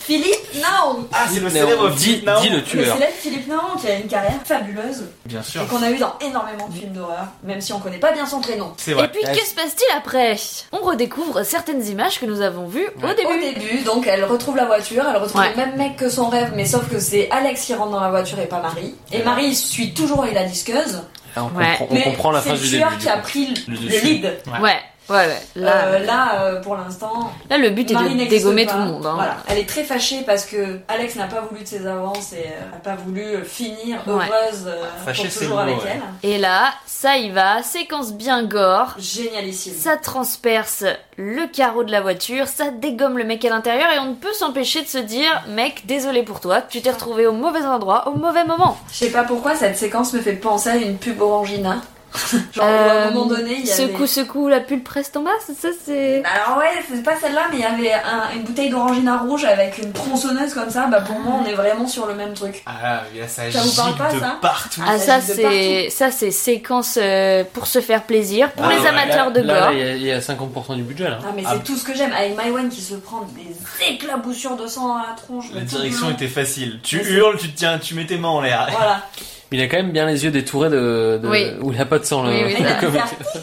Philippe Naon.
Ah,
Dis- Naon. Dis-
Naon.
dis le
Le
tueur.
célèbre Philippe Naon qui a une carrière fabuleuse
Bien sûr.
et qu'on a eu dans énormément de films d'horreur, même si on connaît pas bien son prénom.
C'est
et
vrai.
puis que se passe-t-il après On redécouvre certaines images que nous avons vues au début.
Au début, donc elle retrouve la voiture, elle retrouve
Ouais.
le même mec que son rêve, mais sauf que c'est Alex qui rentre dans la voiture et pas Marie. Et Marie suit toujours la disqueuse.
Là, on,
Ouais.
comprend, on comprend la
c'est
phrase
le
du début.
tueur
du
qui a
coup.
pris le,
Le
le
dessus.
lead.
Ouais, ouais, ouais. Là,
Euh, là, euh, pour l'instant,
là, le but est
Marie
de
n'existe
dégommer
pas.
tout le monde. hein.
Voilà. Elle est très fâchée parce que Alex n'a pas voulu de ses avances et euh, n'a pas voulu finir
Ouais.
heureuse euh,
Fâchée,
pour
c'est
toujours
le mot,
avec
ouais.
elle.
Et là, ça y va, séquence bien gore.
Génialissime.
Ça transperce le carreau de la voiture, ça dégomme le mec à l'intérieur et on ne peut s'empêcher de se dire mec, désolé pour toi, tu t'es retrouvé au mauvais endroit au mauvais moment.
Je sais pas pourquoi cette séquence me fait penser à une pub Orangina. [LAUGHS] Genre, à un moment donné, il y avait...
Euh,
Bah,
Secoue, secoue, la pulpe reste en masse, ça c'est...
Alors ouais, c'est pas celle-là, mais il y avait un- une bouteille d'orangina rouge avec une tronçonneuse comme ça. Bah pour moi, on est vraiment sur le même truc.
Ah, là, ça
Ça vous parle
gicle
pas,
de
ça
partout.
Ah
Ça
ça
gicle de
c'est ça c'est séquence euh, pour se faire plaisir pour
Ah,
les
ouais,
amateurs
là-
de
là,
gore.
Il y a- il y, a 50% du budget là.
Ah mais
Ah.
c'est tout ce que j'aime avec Mywen qui se prend des éclaboussures de sang à la tronche.
La
tout
direction
le long.
était facile. Tu
Ouais, c'est-
hurles, tu te tiens, tu mets tes mains en l'air.
Voilà.
Mais il a quand même bien les yeux détourés de, de-
Oui.
où il a pas de sang le.
Oui, oui,
[LAUGHS]
Elle
ça.
a fait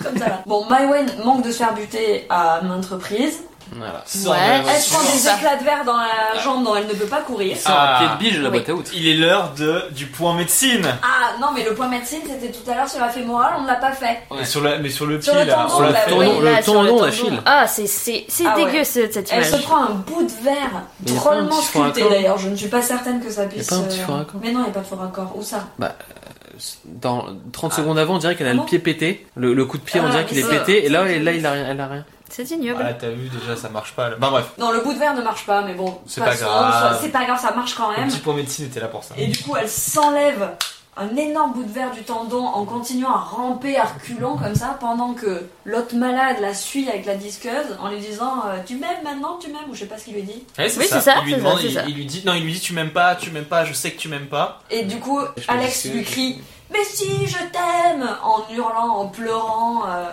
un comme ça là. Bon, Mywen manque de se faire buter à maintes reprises.
Voilà.
[LAUGHS] Sors de
Ouais.
la
Elle
Elle
voiture.
prend des
ça.
éclats de verre dans
Ah.
la jambe dont elle ne peut pas courir.
Sort un
Ah.
pied de bille de la
Oui.
boîte à outils.
Il est l'heure de du point médecine.
Ah non, mais le point médecine c'était tout à l'heure sur la fémorale, on ne l'a pas fait.
Et sur le, mais sur le
Sur
pied
le
là,
tendon,
on l'a
là,
fait.
oui.
Tendon,
Là,
le
sur
tendon
tendon.
d'Achille.
Ah c'est c'est c'est
Ah
dégueu
ouais.
ce- cette
Elle
image.
se prend un bout de verre
Mais y a pas un
drôlement
petit four à
sculpté
corps
d'ailleurs. Je ne suis pas certaine que ça puisse. euh,
pas un petit four à corps
Mais non, il n'y a pas de four à corps. Où ça
Dans 30 secondes avant, on dirait qu'elle a
Ah
le
bon
pied pété. Le, le coup de pied, on
Ah,
dirait qu'il
mais
est
ça,
pété. Et là, et là, il a rien. Elle a rien.
C'est ignoble.
Ah, t'as vu déjà, ça marche pas. Là. Bah bref,
Non, le bout de verre ne marche pas, mais bon.
C'est pas grave.
C'est pas grave, ça marche quand
le
même.
petit point médecine était là pour ça.
Et du coup, elle s'enlève un énorme bout de verre du tendon en continuant à ramper, à reculant comme ça, pendant que l'autre malade la suit avec la disqueuse en lui disant euh, Tu m'aimes maintenant, tu m'aimes, ou je sais pas ce qu'il lui dit.
Ouais, c'est
Oui, c'est ça,
il lui
c'est ça,
demande,
c'est
il,
ça.
il lui dit, non, il lui dit, tu m'aimes pas, tu m'aimes pas, je sais que tu m'aimes pas.
Et du coup,
Je
Alex
me dis que-
lui crie Mais si, je t'aime En hurlant, en pleurant, euh,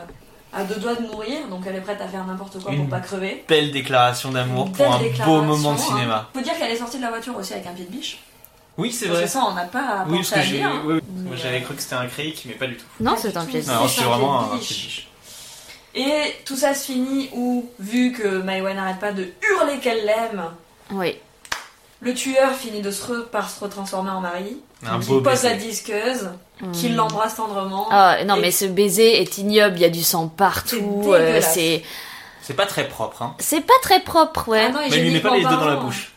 à deux doigts de mourir, donc elle est prête à faire n'importe quoi
Une
pour pas crever.
Belle déclaration d'amour
Belle
pour un beau
déclaration,
moment de
hein.
cinéma.
Faut dire qu'elle est sortie de la voiture aussi avec un pied de biche.
Oui, c'est
Parce
vrai.
que ça, on n'a pas à
Oui, parce
penser
que
à
j'ai,
dire. hein.
oui, oui. Moi, j'avais cru que c'était un cric, mais pas du tout.
Ah,
Non c'est un piège.
Ah.
C'est
Non, c'est
un
vraiment
pied
un
de biche.
pied
Et tout ça se finit où, vu que Maïwa n'arrête pas de hurler qu'elle l'aime,
Oui.
Le tueur finit de se re- par se retransformer en mari.
Un
qui
beau
pose la
baiser.
disqueuse, qui l'embrasse tendrement.
Hmm. Ah, non,
Oh, Et-
mais ce baiser est ignoble, il y a du sang partout,
C'est
euh,
dégueulasse.
c'est
C'est pas très propre, hein.
c'est pas très propre, ouais.
Ah non, et
Mais lui met pas les
géniquement
deux dans la
parlant.
bouche.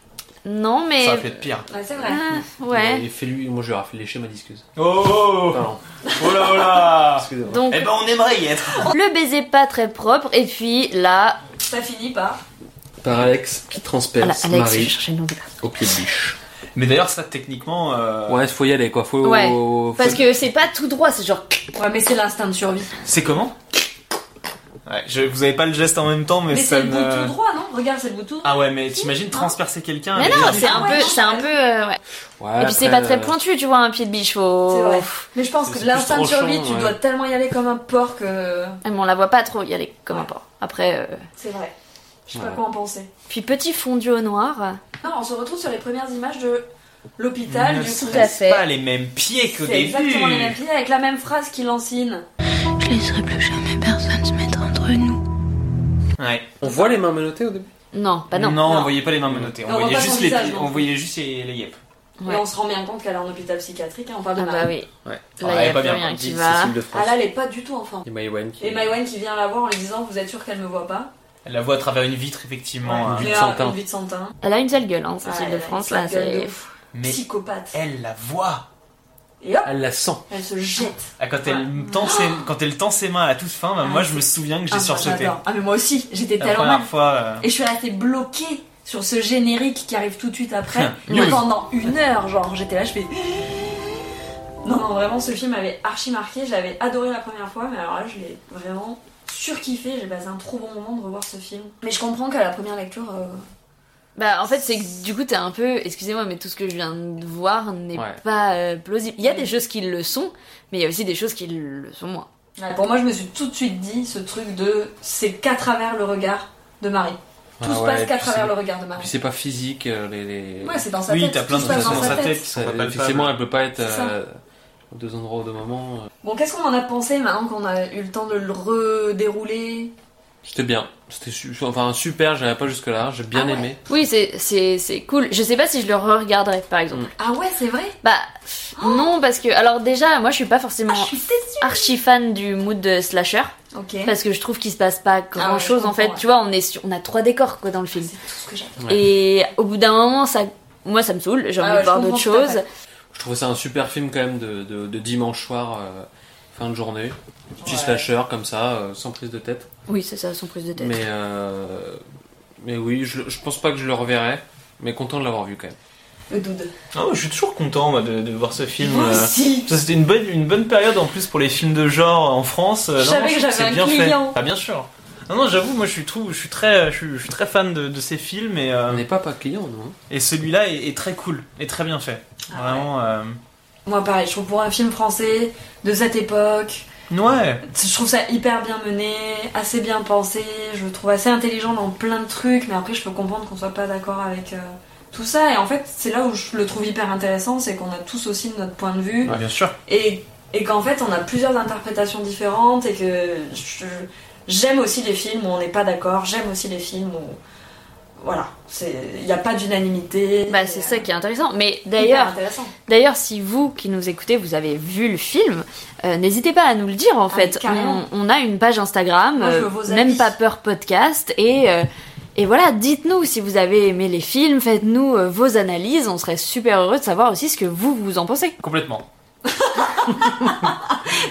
non, mais
Ça aurait pu être pire.
Ouais, c'est vrai.
Ah, ouais.
Et fais-lui, moi je vais lécher ma disqueuse.
Oh oh, oh,
Pardon,
oh là
[LAUGHS]
oh là
Excusez-moi.
Donc
Eh ben on aimerait y être
le baiser pas très propre et puis là,
Ça finit par.
Par Alex qui
voilà, Alex,
transperce
je
Marie
cherchais le nom de-
au pied de biche.
Mais d'ailleurs, ça techniquement. euh,
Ouais, faut y aller quoi, faut.
Ouais,
faut-
Parce que c'est pas tout droit, c'est genre
Ouais, mais c'est l'instinct de survie.
C'est comment Ouais, je, vous avez pas le geste en même temps, mais,
Mais
ça
c'est le bout
me.
tout droit, non Regarde, c'est le bout tout droit.
Ah ouais, mais t'imagines transpercer quelqu'un
Mais
avec
non,
un-
c'est un
Ah, Ouais,
peu
non,
c'est un peu euh, ouais.
Ouais,
Et puis c'est
après,
pas très
euh,
pointu, tu vois, un pied de biche faut
C'est vrai. Mais je pense
C'est-
que
c'est
l'instinct de
plus tranchant,
survie, tu
ouais.
dois tellement y aller comme un porc que.
Ah, mais on la voit pas trop, il y a les comme un porc. Après euh,
C'est vrai. Je sais pas
Ouais.
quoi en penser.
puis petit fondu au noir.
Non, on se retrouve sur les premières images de l'hôpital,
Ne
du coup.
Tout à fait.
pas les mêmes pieds qu'au
C'est
début.
exactement les mêmes pieds avec la même phrase qui lancine.
Je laisserai plus jamais personne se mettre entre nous.
Ouais.
On voit les mains menottées au début
Non, bah non.
on voyait pas les mains menottées. On,
Non, on voit
voyait
pas
juste
son
les,
visage,
pieds-
non.
on voyait juste les, les guêpes.
Et
Ouais.
on se rend bien compte qu'elle est en hôpital psychiatrique et on parle de
Ah bah
Marie.
oui.
Ouais.
Ah,
Là,
elle
y
est
a
pas
plus
bien
rien qui
Dit
va.
Cécile de
Ah
France.
là, elle est pas du tout en forme.
Et Maïwen qui.
Et Maïwen qui vient la voir en lui disant Vous êtes sûr qu'elle me voit pas
Elle la voit à travers une vitre, effectivement. hein.
Mais,
de
euh,
Santin.
Une vie de Santin.
Elle a une seule gueule hein,
Ah, elle
Cécile
a
de
une
France
sale
là,
gueule de
c'est
ouf.
Mais
psychopathe.
elle la voit.
Et hop,
Elle la sent.
elle se jette.
Ah, quand, elle tend ses, quand elle tend ses mains à toute fin, bah,
Ah,
moi je
c'est-
me souviens que j'ai
Ah,
sursauté.
j'adore. Ah, mais moi aussi, j'étais
La
tellement mal.
première fois. euh,
Et je suis restée bloquée sur ce générique qui arrive tout de suite après
News.
pendant une heure. Genre, j'étais là, je fais. Non, non, vraiment, ce film avait archi marqué. J'avais adoré la première fois, mais alors là, je l'ai vraiment surkiffé. J'ai passé un trop bon moment de revoir ce film. Mais je comprends qu'à la première lecture. euh,
Bah en fait c'est que du coup t'es un peu, excusez-moi mais tout ce que je viens de voir n'est
Ouais.
pas euh, plausible. Il y a des choses qui le sont, mais il y a aussi des choses qui le sont moins.
Ouais, Pour moi, je me suis tout de suite dit ce truc de c'est qu'à travers le regard de Marie. Tout
Ah
se
ouais,
passe
et
qu'à
puis
travers
c'est-
le regard de
Puis
Marie.
c'est pas physique, euh, les. les...
Ouais, c'est dans sa
Oui,
tête.
t'as
tout
plein de
se passe
choses
dans
dans
sa
sa tête qui
Ça,
sont pas palpables.
effectivement, elle peut pas être
C'est ça.
euh, aux deux endroits au deux moments. euh.
Bon, qu'est-ce qu'on en a pensé maintenant qu'on a eu le temps de le redérouler
C'était bien. C'était su- enfin super. J'avais pas jusque là. J'ai bien
Ah ouais.
aimé.
Oui c'est- c'est c'est cool. Je sais pas si je le re-regarderais par exemple.
Ah ouais, c'est vrai
Bah pff, non parce que alors déjà moi je suis pas forcément
Ah, Je suis déçue.
archi fan du mood de slasher
Ok.
parce que je trouve qu'il se passe pas grand chose
Ah je
en fait.
comprends,
Tu vois on est sur- on a trois décors quoi dans le
C'est
film
tout ce que j'attends.
Ouais.
et au bout d'un moment ça moi ça me saoule. J'ai
Ah
envie
ouais,
de voir
je
d'autres
comprends tout à
choses.
Je trouvais ça un super film quand même de, de, de dimanche soir, euh, fin de journée, petit
Ouais.
slasher comme ça, euh, sans prise de tête.
Oui c'est ça son prise de tête.
Mais euh, mais oui, je, je pense pas que je le reverrai. Mais content de l'avoir vu quand même.
Le dude.
Ah, je suis toujours content moi, de, de voir ce film.
Moi
euh,
aussi.
Ça, C'était une bonne, une bonne période en plus pour les films de genre en France. Euh,
Je savais
non,
que
trouve
j'avais
c'est
un
bien
client.
Fait. Ah, bien sûr. Non, non, j'avoue, moi je suis, tout, je suis, très, euh, je suis, je suis très fan de, de ces films et, euh,
On n'est pas pas client, non hein
et celui-là est, est très cool et très bien fait.
Ah
Vraiment. euh,
Moi, pareil, je trouve pour un film français de cette époque,
euh, Ouais.
je trouve ça hyper bien mené, assez bien pensé, je le trouve assez intelligent dans plein de trucs, mais après, je peux comprendre qu'on soit pas d'accord avec. euh, Tout ça, et en fait, c'est là où je le trouve hyper intéressant, c'est qu'on a tous aussi notre point de vue,
Bien sûr.
et, et qu'en fait on a plusieurs interprétations différentes et que je- j'aime aussi les films où on n'est pas d'accord, j'aime aussi les films où voilà, c'est- il n'y a pas d'unanimité.
Bah c'est ça qui est intéressant. Mais
est
d'ailleurs
intéressant.
D'ailleurs, si vous qui nous écoutez, vous avez vu le film, euh, n'hésitez pas à nous le dire en
Ah,
fait.
carrément.
on, on a une page Instagram,
Moi, je veux
euh,
vos avis.
même pas peur podcast, et, euh, et voilà, dites-nous si vous avez aimé les films, faites-nous euh, vos analyses, on serait super heureux de savoir aussi ce que vous vous en pensez.
Complètement.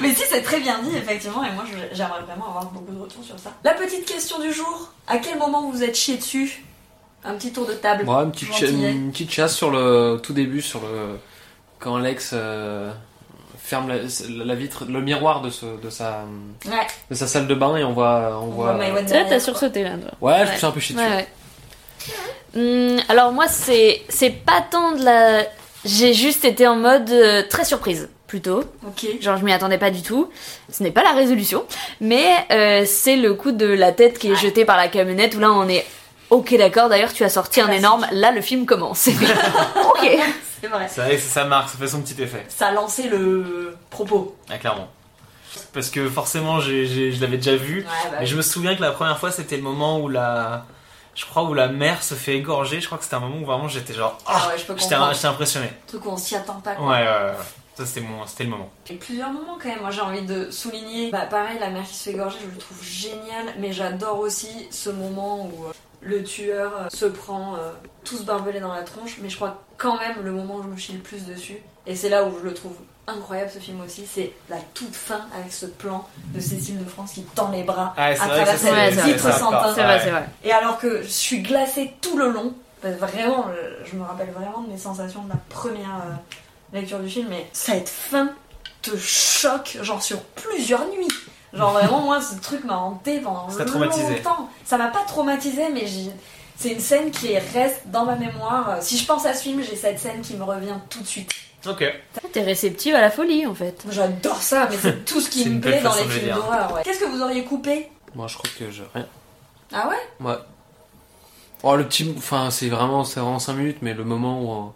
Mais si c'est très bien dit effectivement et moi je- j'aimerais vraiment avoir beaucoup de retours sur ça. La petite question du jour, à quel moment vous vous êtes chié dessus Un petit tour de table.
Moi, une petite, cha-
Gentillet.
une petite chasse sur le au tout début, sur le quand Alex euh, ferme la, la vitre, le miroir de, ce, de, sa,
Ouais,
de sa salle de bain et on voit. On
on
voit
voit Maïwenn
Ça,
derrière,
t'as
quoi.
sursauté là.
ouais, je
Ouais.
me suis un peu chié dessus.
Ouais, ouais. Hum, alors moi, c'est c'est pas tant de la... J'ai juste été en mode euh, très surprise, plutôt.
Ok.
Genre, je m'y attendais pas du tout. Ce n'est pas la résolution, mais euh, c'est le coup de la tête qui est jetée par la camionnette où là on est. Ok, d'accord, d'ailleurs tu as sorti un
Classique.
énorme. Là le film [LAUGHS] commence. ok.
C'est vrai.
C'est vrai que ça marque, ça fait son petit effet.
Ça a lancé le propos.
Ah, clairement. Parce que forcément, j'ai- j'ai- je l'avais déjà vu.
Ouais, bah,
Mais je me souviens que la première fois, c'était le moment où la, je crois, où la mère se fait égorger. Je crois que c'était un moment où vraiment j'étais genre.
Ah
Ah
ouais, je peux
J'étais
comprendre.
j'étais impressionné.
Un truc où on s'y attend pas.
Ouais,
quoi.
ouais, ouais. Ça, c'était mon- c'était le moment.
Il y a plusieurs moments quand même, moi j'ai envie de souligner. Bah pareil, la mère qui se fait égorger, je le trouve génial, mais j'adore aussi ce moment où euh, le tueur euh, se prend euh, tous barbelés dans la tronche, mais je crois quand même le moment où je me chie le plus dessus, et c'est là où je le trouve incroyable ce film aussi, c'est la toute fin avec ce plan de Cécile de France qui tend les bras.
Ah,
À travers
cette
vitre sans teint.
C'est vrai, c'est vrai.
Et alors que je suis glacée tout le long, parce que vraiment, euh, je me rappelle vraiment de mes sensations de la première euh, lecture du film, mais cette fin te choque, genre sur plusieurs nuits. Genre vraiment, moi, ce truc m'a hanté pendant
Ça t'a traumatisé.
longtemps. Ça m'a pas traumatisé, mais j'ai- c'est une scène qui reste dans ma mémoire. Euh, Si je pense à ce film, j'ai cette scène qui me revient tout de suite.
Ok.
T'es réceptive à la folie en fait.
J'adore ça, mais
[LAUGHS]
c'est tout ce qui
C'est
me
une belle
plaît dans
façon
les
de le
films
dire.
d'horreur. ouais. Qu'est-ce que vous auriez coupé
Moi, je crois que je rien.
Ah ouais
Ouais. Oh, le petit. Enfin, c'est vraiment, c'est vraiment 5 minutes, mais le moment où on,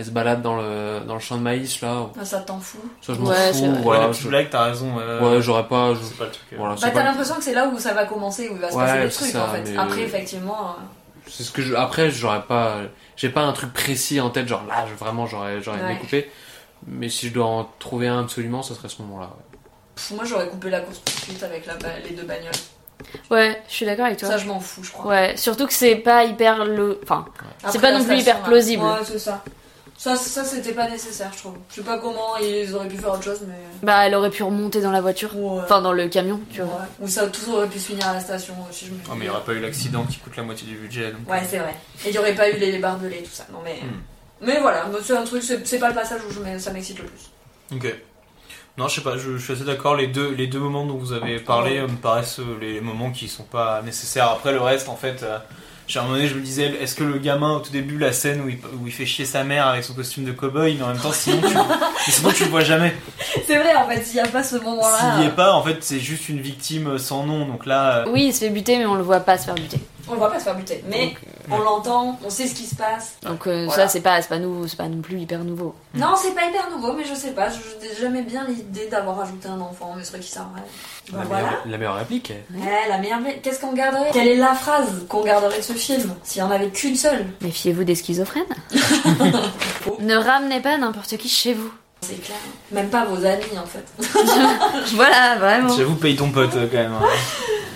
on se balade dans le, dans le champ de maïs, là,
Ah, Ça t'en fout.
ça je m'en
Ouais, c'est
fous.
vrai.
Ouais, la
Voilà,
petite
je-
blague, t'as raison. euh,
ouais, j'aurais pas. je-
C'est pas le truc. euh,
voilà,
Bah
c'est
t'as
pas-
l'impression que c'est là où ça va commencer, où il va se
Ouais,
passer des
c'est
trucs
ça,
en fait.
mais-
Après effectivement, euh,
c'est ce que je. Après, j'aurais pas. J'ai pas un truc précis en tête, genre là, je- vraiment, j'aurais, j'aurais
Ouais.
aimé couper. Mais si je dois en trouver un absolument, ça serait ce moment-là. ouais.
pff, moi j'aurais coupé la course poursuite avec la ba- les deux bagnoles.
Ouais, je suis d'accord avec toi.
Ça je m'en fous je crois.
Ouais, surtout que c'est pas hyper le. Enfin,
Après,
pas
la
non plus hyper
station, là.
plausible.
Ouais c'est ça. Ça, ça c'était pas nécessaire je trouve. Je sais pas comment ils auraient pu faire autre chose mais.
bah elle aurait pu remonter dans la voiture.
Ou, euh,
Enfin, dans le camion, tu vois.
ouais. Ou ça tout aurait pu se finir à la station euh, si je me.
Non, Oh, Ah, mais il n'y aurait pas eu l'accident qui coûte la moitié du budget. donc,
Ouais c'est vrai. Et il y aurait pas eu les barbelés tout ça. Non mais.
Hmm.
Mais voilà, moi, c'est un truc, c'est c'est pas le passage où je mets- ça m'excite le plus.
Ok. Non, je sais pas, je, je suis assez d'accord. Les deux, les deux moments dont vous avez parlé euh, me paraissent euh, les moments qui sont pas nécessaires. Après, le reste, en fait, euh, j'ai- à un moment donné, je me disais, est-ce que le gamin, au tout début, la scène où il, où il fait chier sa mère avec son costume de cow-boy, mais en
[LAUGHS]
même temps, sinon, tu, mais sinon, tu le vois jamais.
C'est vrai en fait, s'il y a pas ce moment là.
S'il y est pas, en fait, c'est juste une victime euh, sans nom. Donc là, euh,
Oui, il se fait buter, mais on le voit pas se faire buter.
On le voit pas se faire buter. Mais on l'entend, on sait ce qui se passe.
Donc euh,
Voilà.
ça, c'est pas, c'est pas nouveau, c'est pas non plus hyper nouveau.
Mm.
Non, c'est pas hyper nouveau, mais je sais pas, je- je- j'aimais bien l'idée d'avoir ajouté un enfant, mais ce qui sert à rien. Bah
La,
voilà.
meilleure, la meilleure réplique. elle.
Eh, la meilleure. bla- Qu'est-ce qu'on garderait Quelle est la phrase qu'on garderait de ce film S'il y en avait qu'une seule
Méfiez-vous des schizophrènes. [LAUGHS] ne ramenez pas n'importe qui chez vous.
C'est clair. Même pas vos amis en fait.
Voilà, vraiment.
j'avoue, paye ton pote euh, quand même. hein.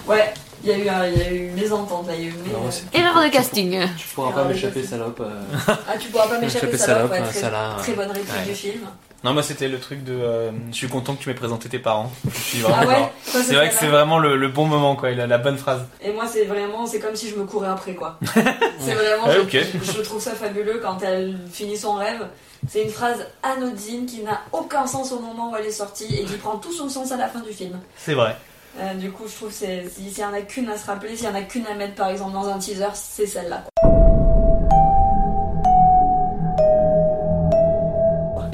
Ouais, il y a eu, un- il y a eu une mésentente là, il y a
Ah,
eu. mais,
Non,
euh,
c'est-
Erreur de casting.
Tu pourras
Ah,
pas
oui,
m'échapper,
c'est-
salope. euh.
Ah, tu pourras pas m'échapper,
Échapper
ça va
salope,
pas être
euh,
très,
ça là,
très bonne réplique
ouais.
du film.
Non, moi, c'était le truc de. euh, je suis content que tu m'aies présenté tes parents. Je suis vraiment
Ah ouais
genre-
Toi,
C'est vrai que
celle-là.
c'est vraiment le, le bon moment, quoi. Il a la bonne phrase.
Et moi, c'est vraiment, c'est comme si je me courais après,
[LAUGHS]
quoi. c'est vraiment,
Ouais,
je,
Ah, ok.
je trouve ça fabuleux quand elle finit son rêve. C'est une phrase anodine qui n'a aucun sens au moment où elle est sortie et qui prend tout son sens à la fin du film.
C'est vrai.
Euh, du coup, je trouve que c'est- si- s'il y en a qu'une à se rappeler, s'il y en a qu'une à mettre par exemple dans un teaser, c'est celle-là. quoi.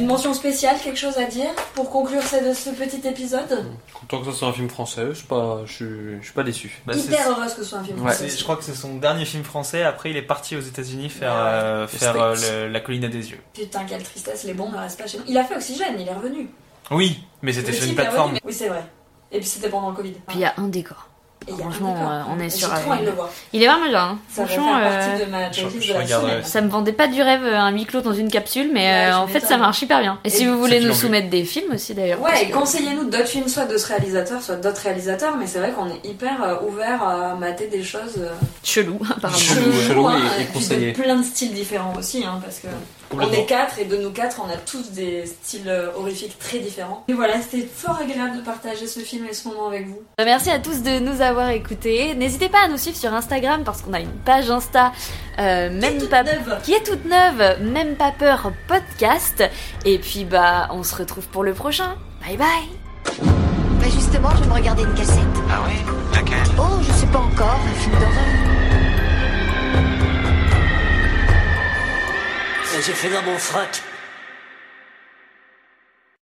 Une mention spéciale, quelque chose à dire pour conclure ce, ce petit épisode
Content que ça soit un film français, je suis pas, je suis, je suis pas déçu.
Bah, c'est-
Hyper heureuse que ce soit un film
Ouais.
C'est-
français.
je crois que c'est son dernier film français. Après, il est parti aux États-Unis faire,
Ouais, ouais.
euh, faire
States.
euh, le- La colline à des yeux.
Putain, quelle tristesse, les bombes ne restent pas chez nous. Il a fait Oxygène, il est revenu.
Oui, mais c'était
Le
sur une
type est
plateforme.
revenu. Oui, c'est vrai. Et puis c'était pendant le Covid.
Puis il y a un décor.
Et il y a un
franchement,
décor.
euh, on est
Et
sur-
J'ai trop envie de le voir.
Il est vraiment bien. hein.
Ça va
Franchement,
faire
euh,
partie de ma
je-
checklist
je
de la
regarderai
semaine.
aussi.
Ça me vendait pas du rêve euh, un huis clos dans une capsule, mais
Ouais,
euh,
je
en fait
m'étonne.
ça marche hyper bien. Et,
Et
si
du-
vous voulez
Ceux qui
nous
l'ont vu.
soumettre des films aussi d'ailleurs. parce
Ouais, et
que-
conseillez-nous d'autres films, soit de ce réalisateur, soit d'autres réalisateurs, mais c'est vrai qu'on est hyper euh, ouvert à mater des choses euh,
Chelou, [LAUGHS]
Ah,
apparemment.
Chelou, chelou
hein,
et- et
puis de
conseillé.
plein de styles différents aussi, hein, parce que on
Complètement.
est quatre et de nous quatre, on a tous des styles euh, horrifiques très différents. Et voilà, c'était fort agréable de partager ce film et ce moment avec vous.
Bah, Merci à tous de nous avoir écoutés. N'hésitez pas à nous suivre sur Instagram parce qu'on a une page Insta, euh, même
toute
pas
neuve.
qui est toute neuve, même pas peur podcast. Et puis bah on se retrouve pour le prochain. Bye bye.
Bah justement, je vais me regarder une cassette.
Ah oui Laquelle
Oh, je sais pas encore, un film d'horreur.
J'ai fait dans mon frac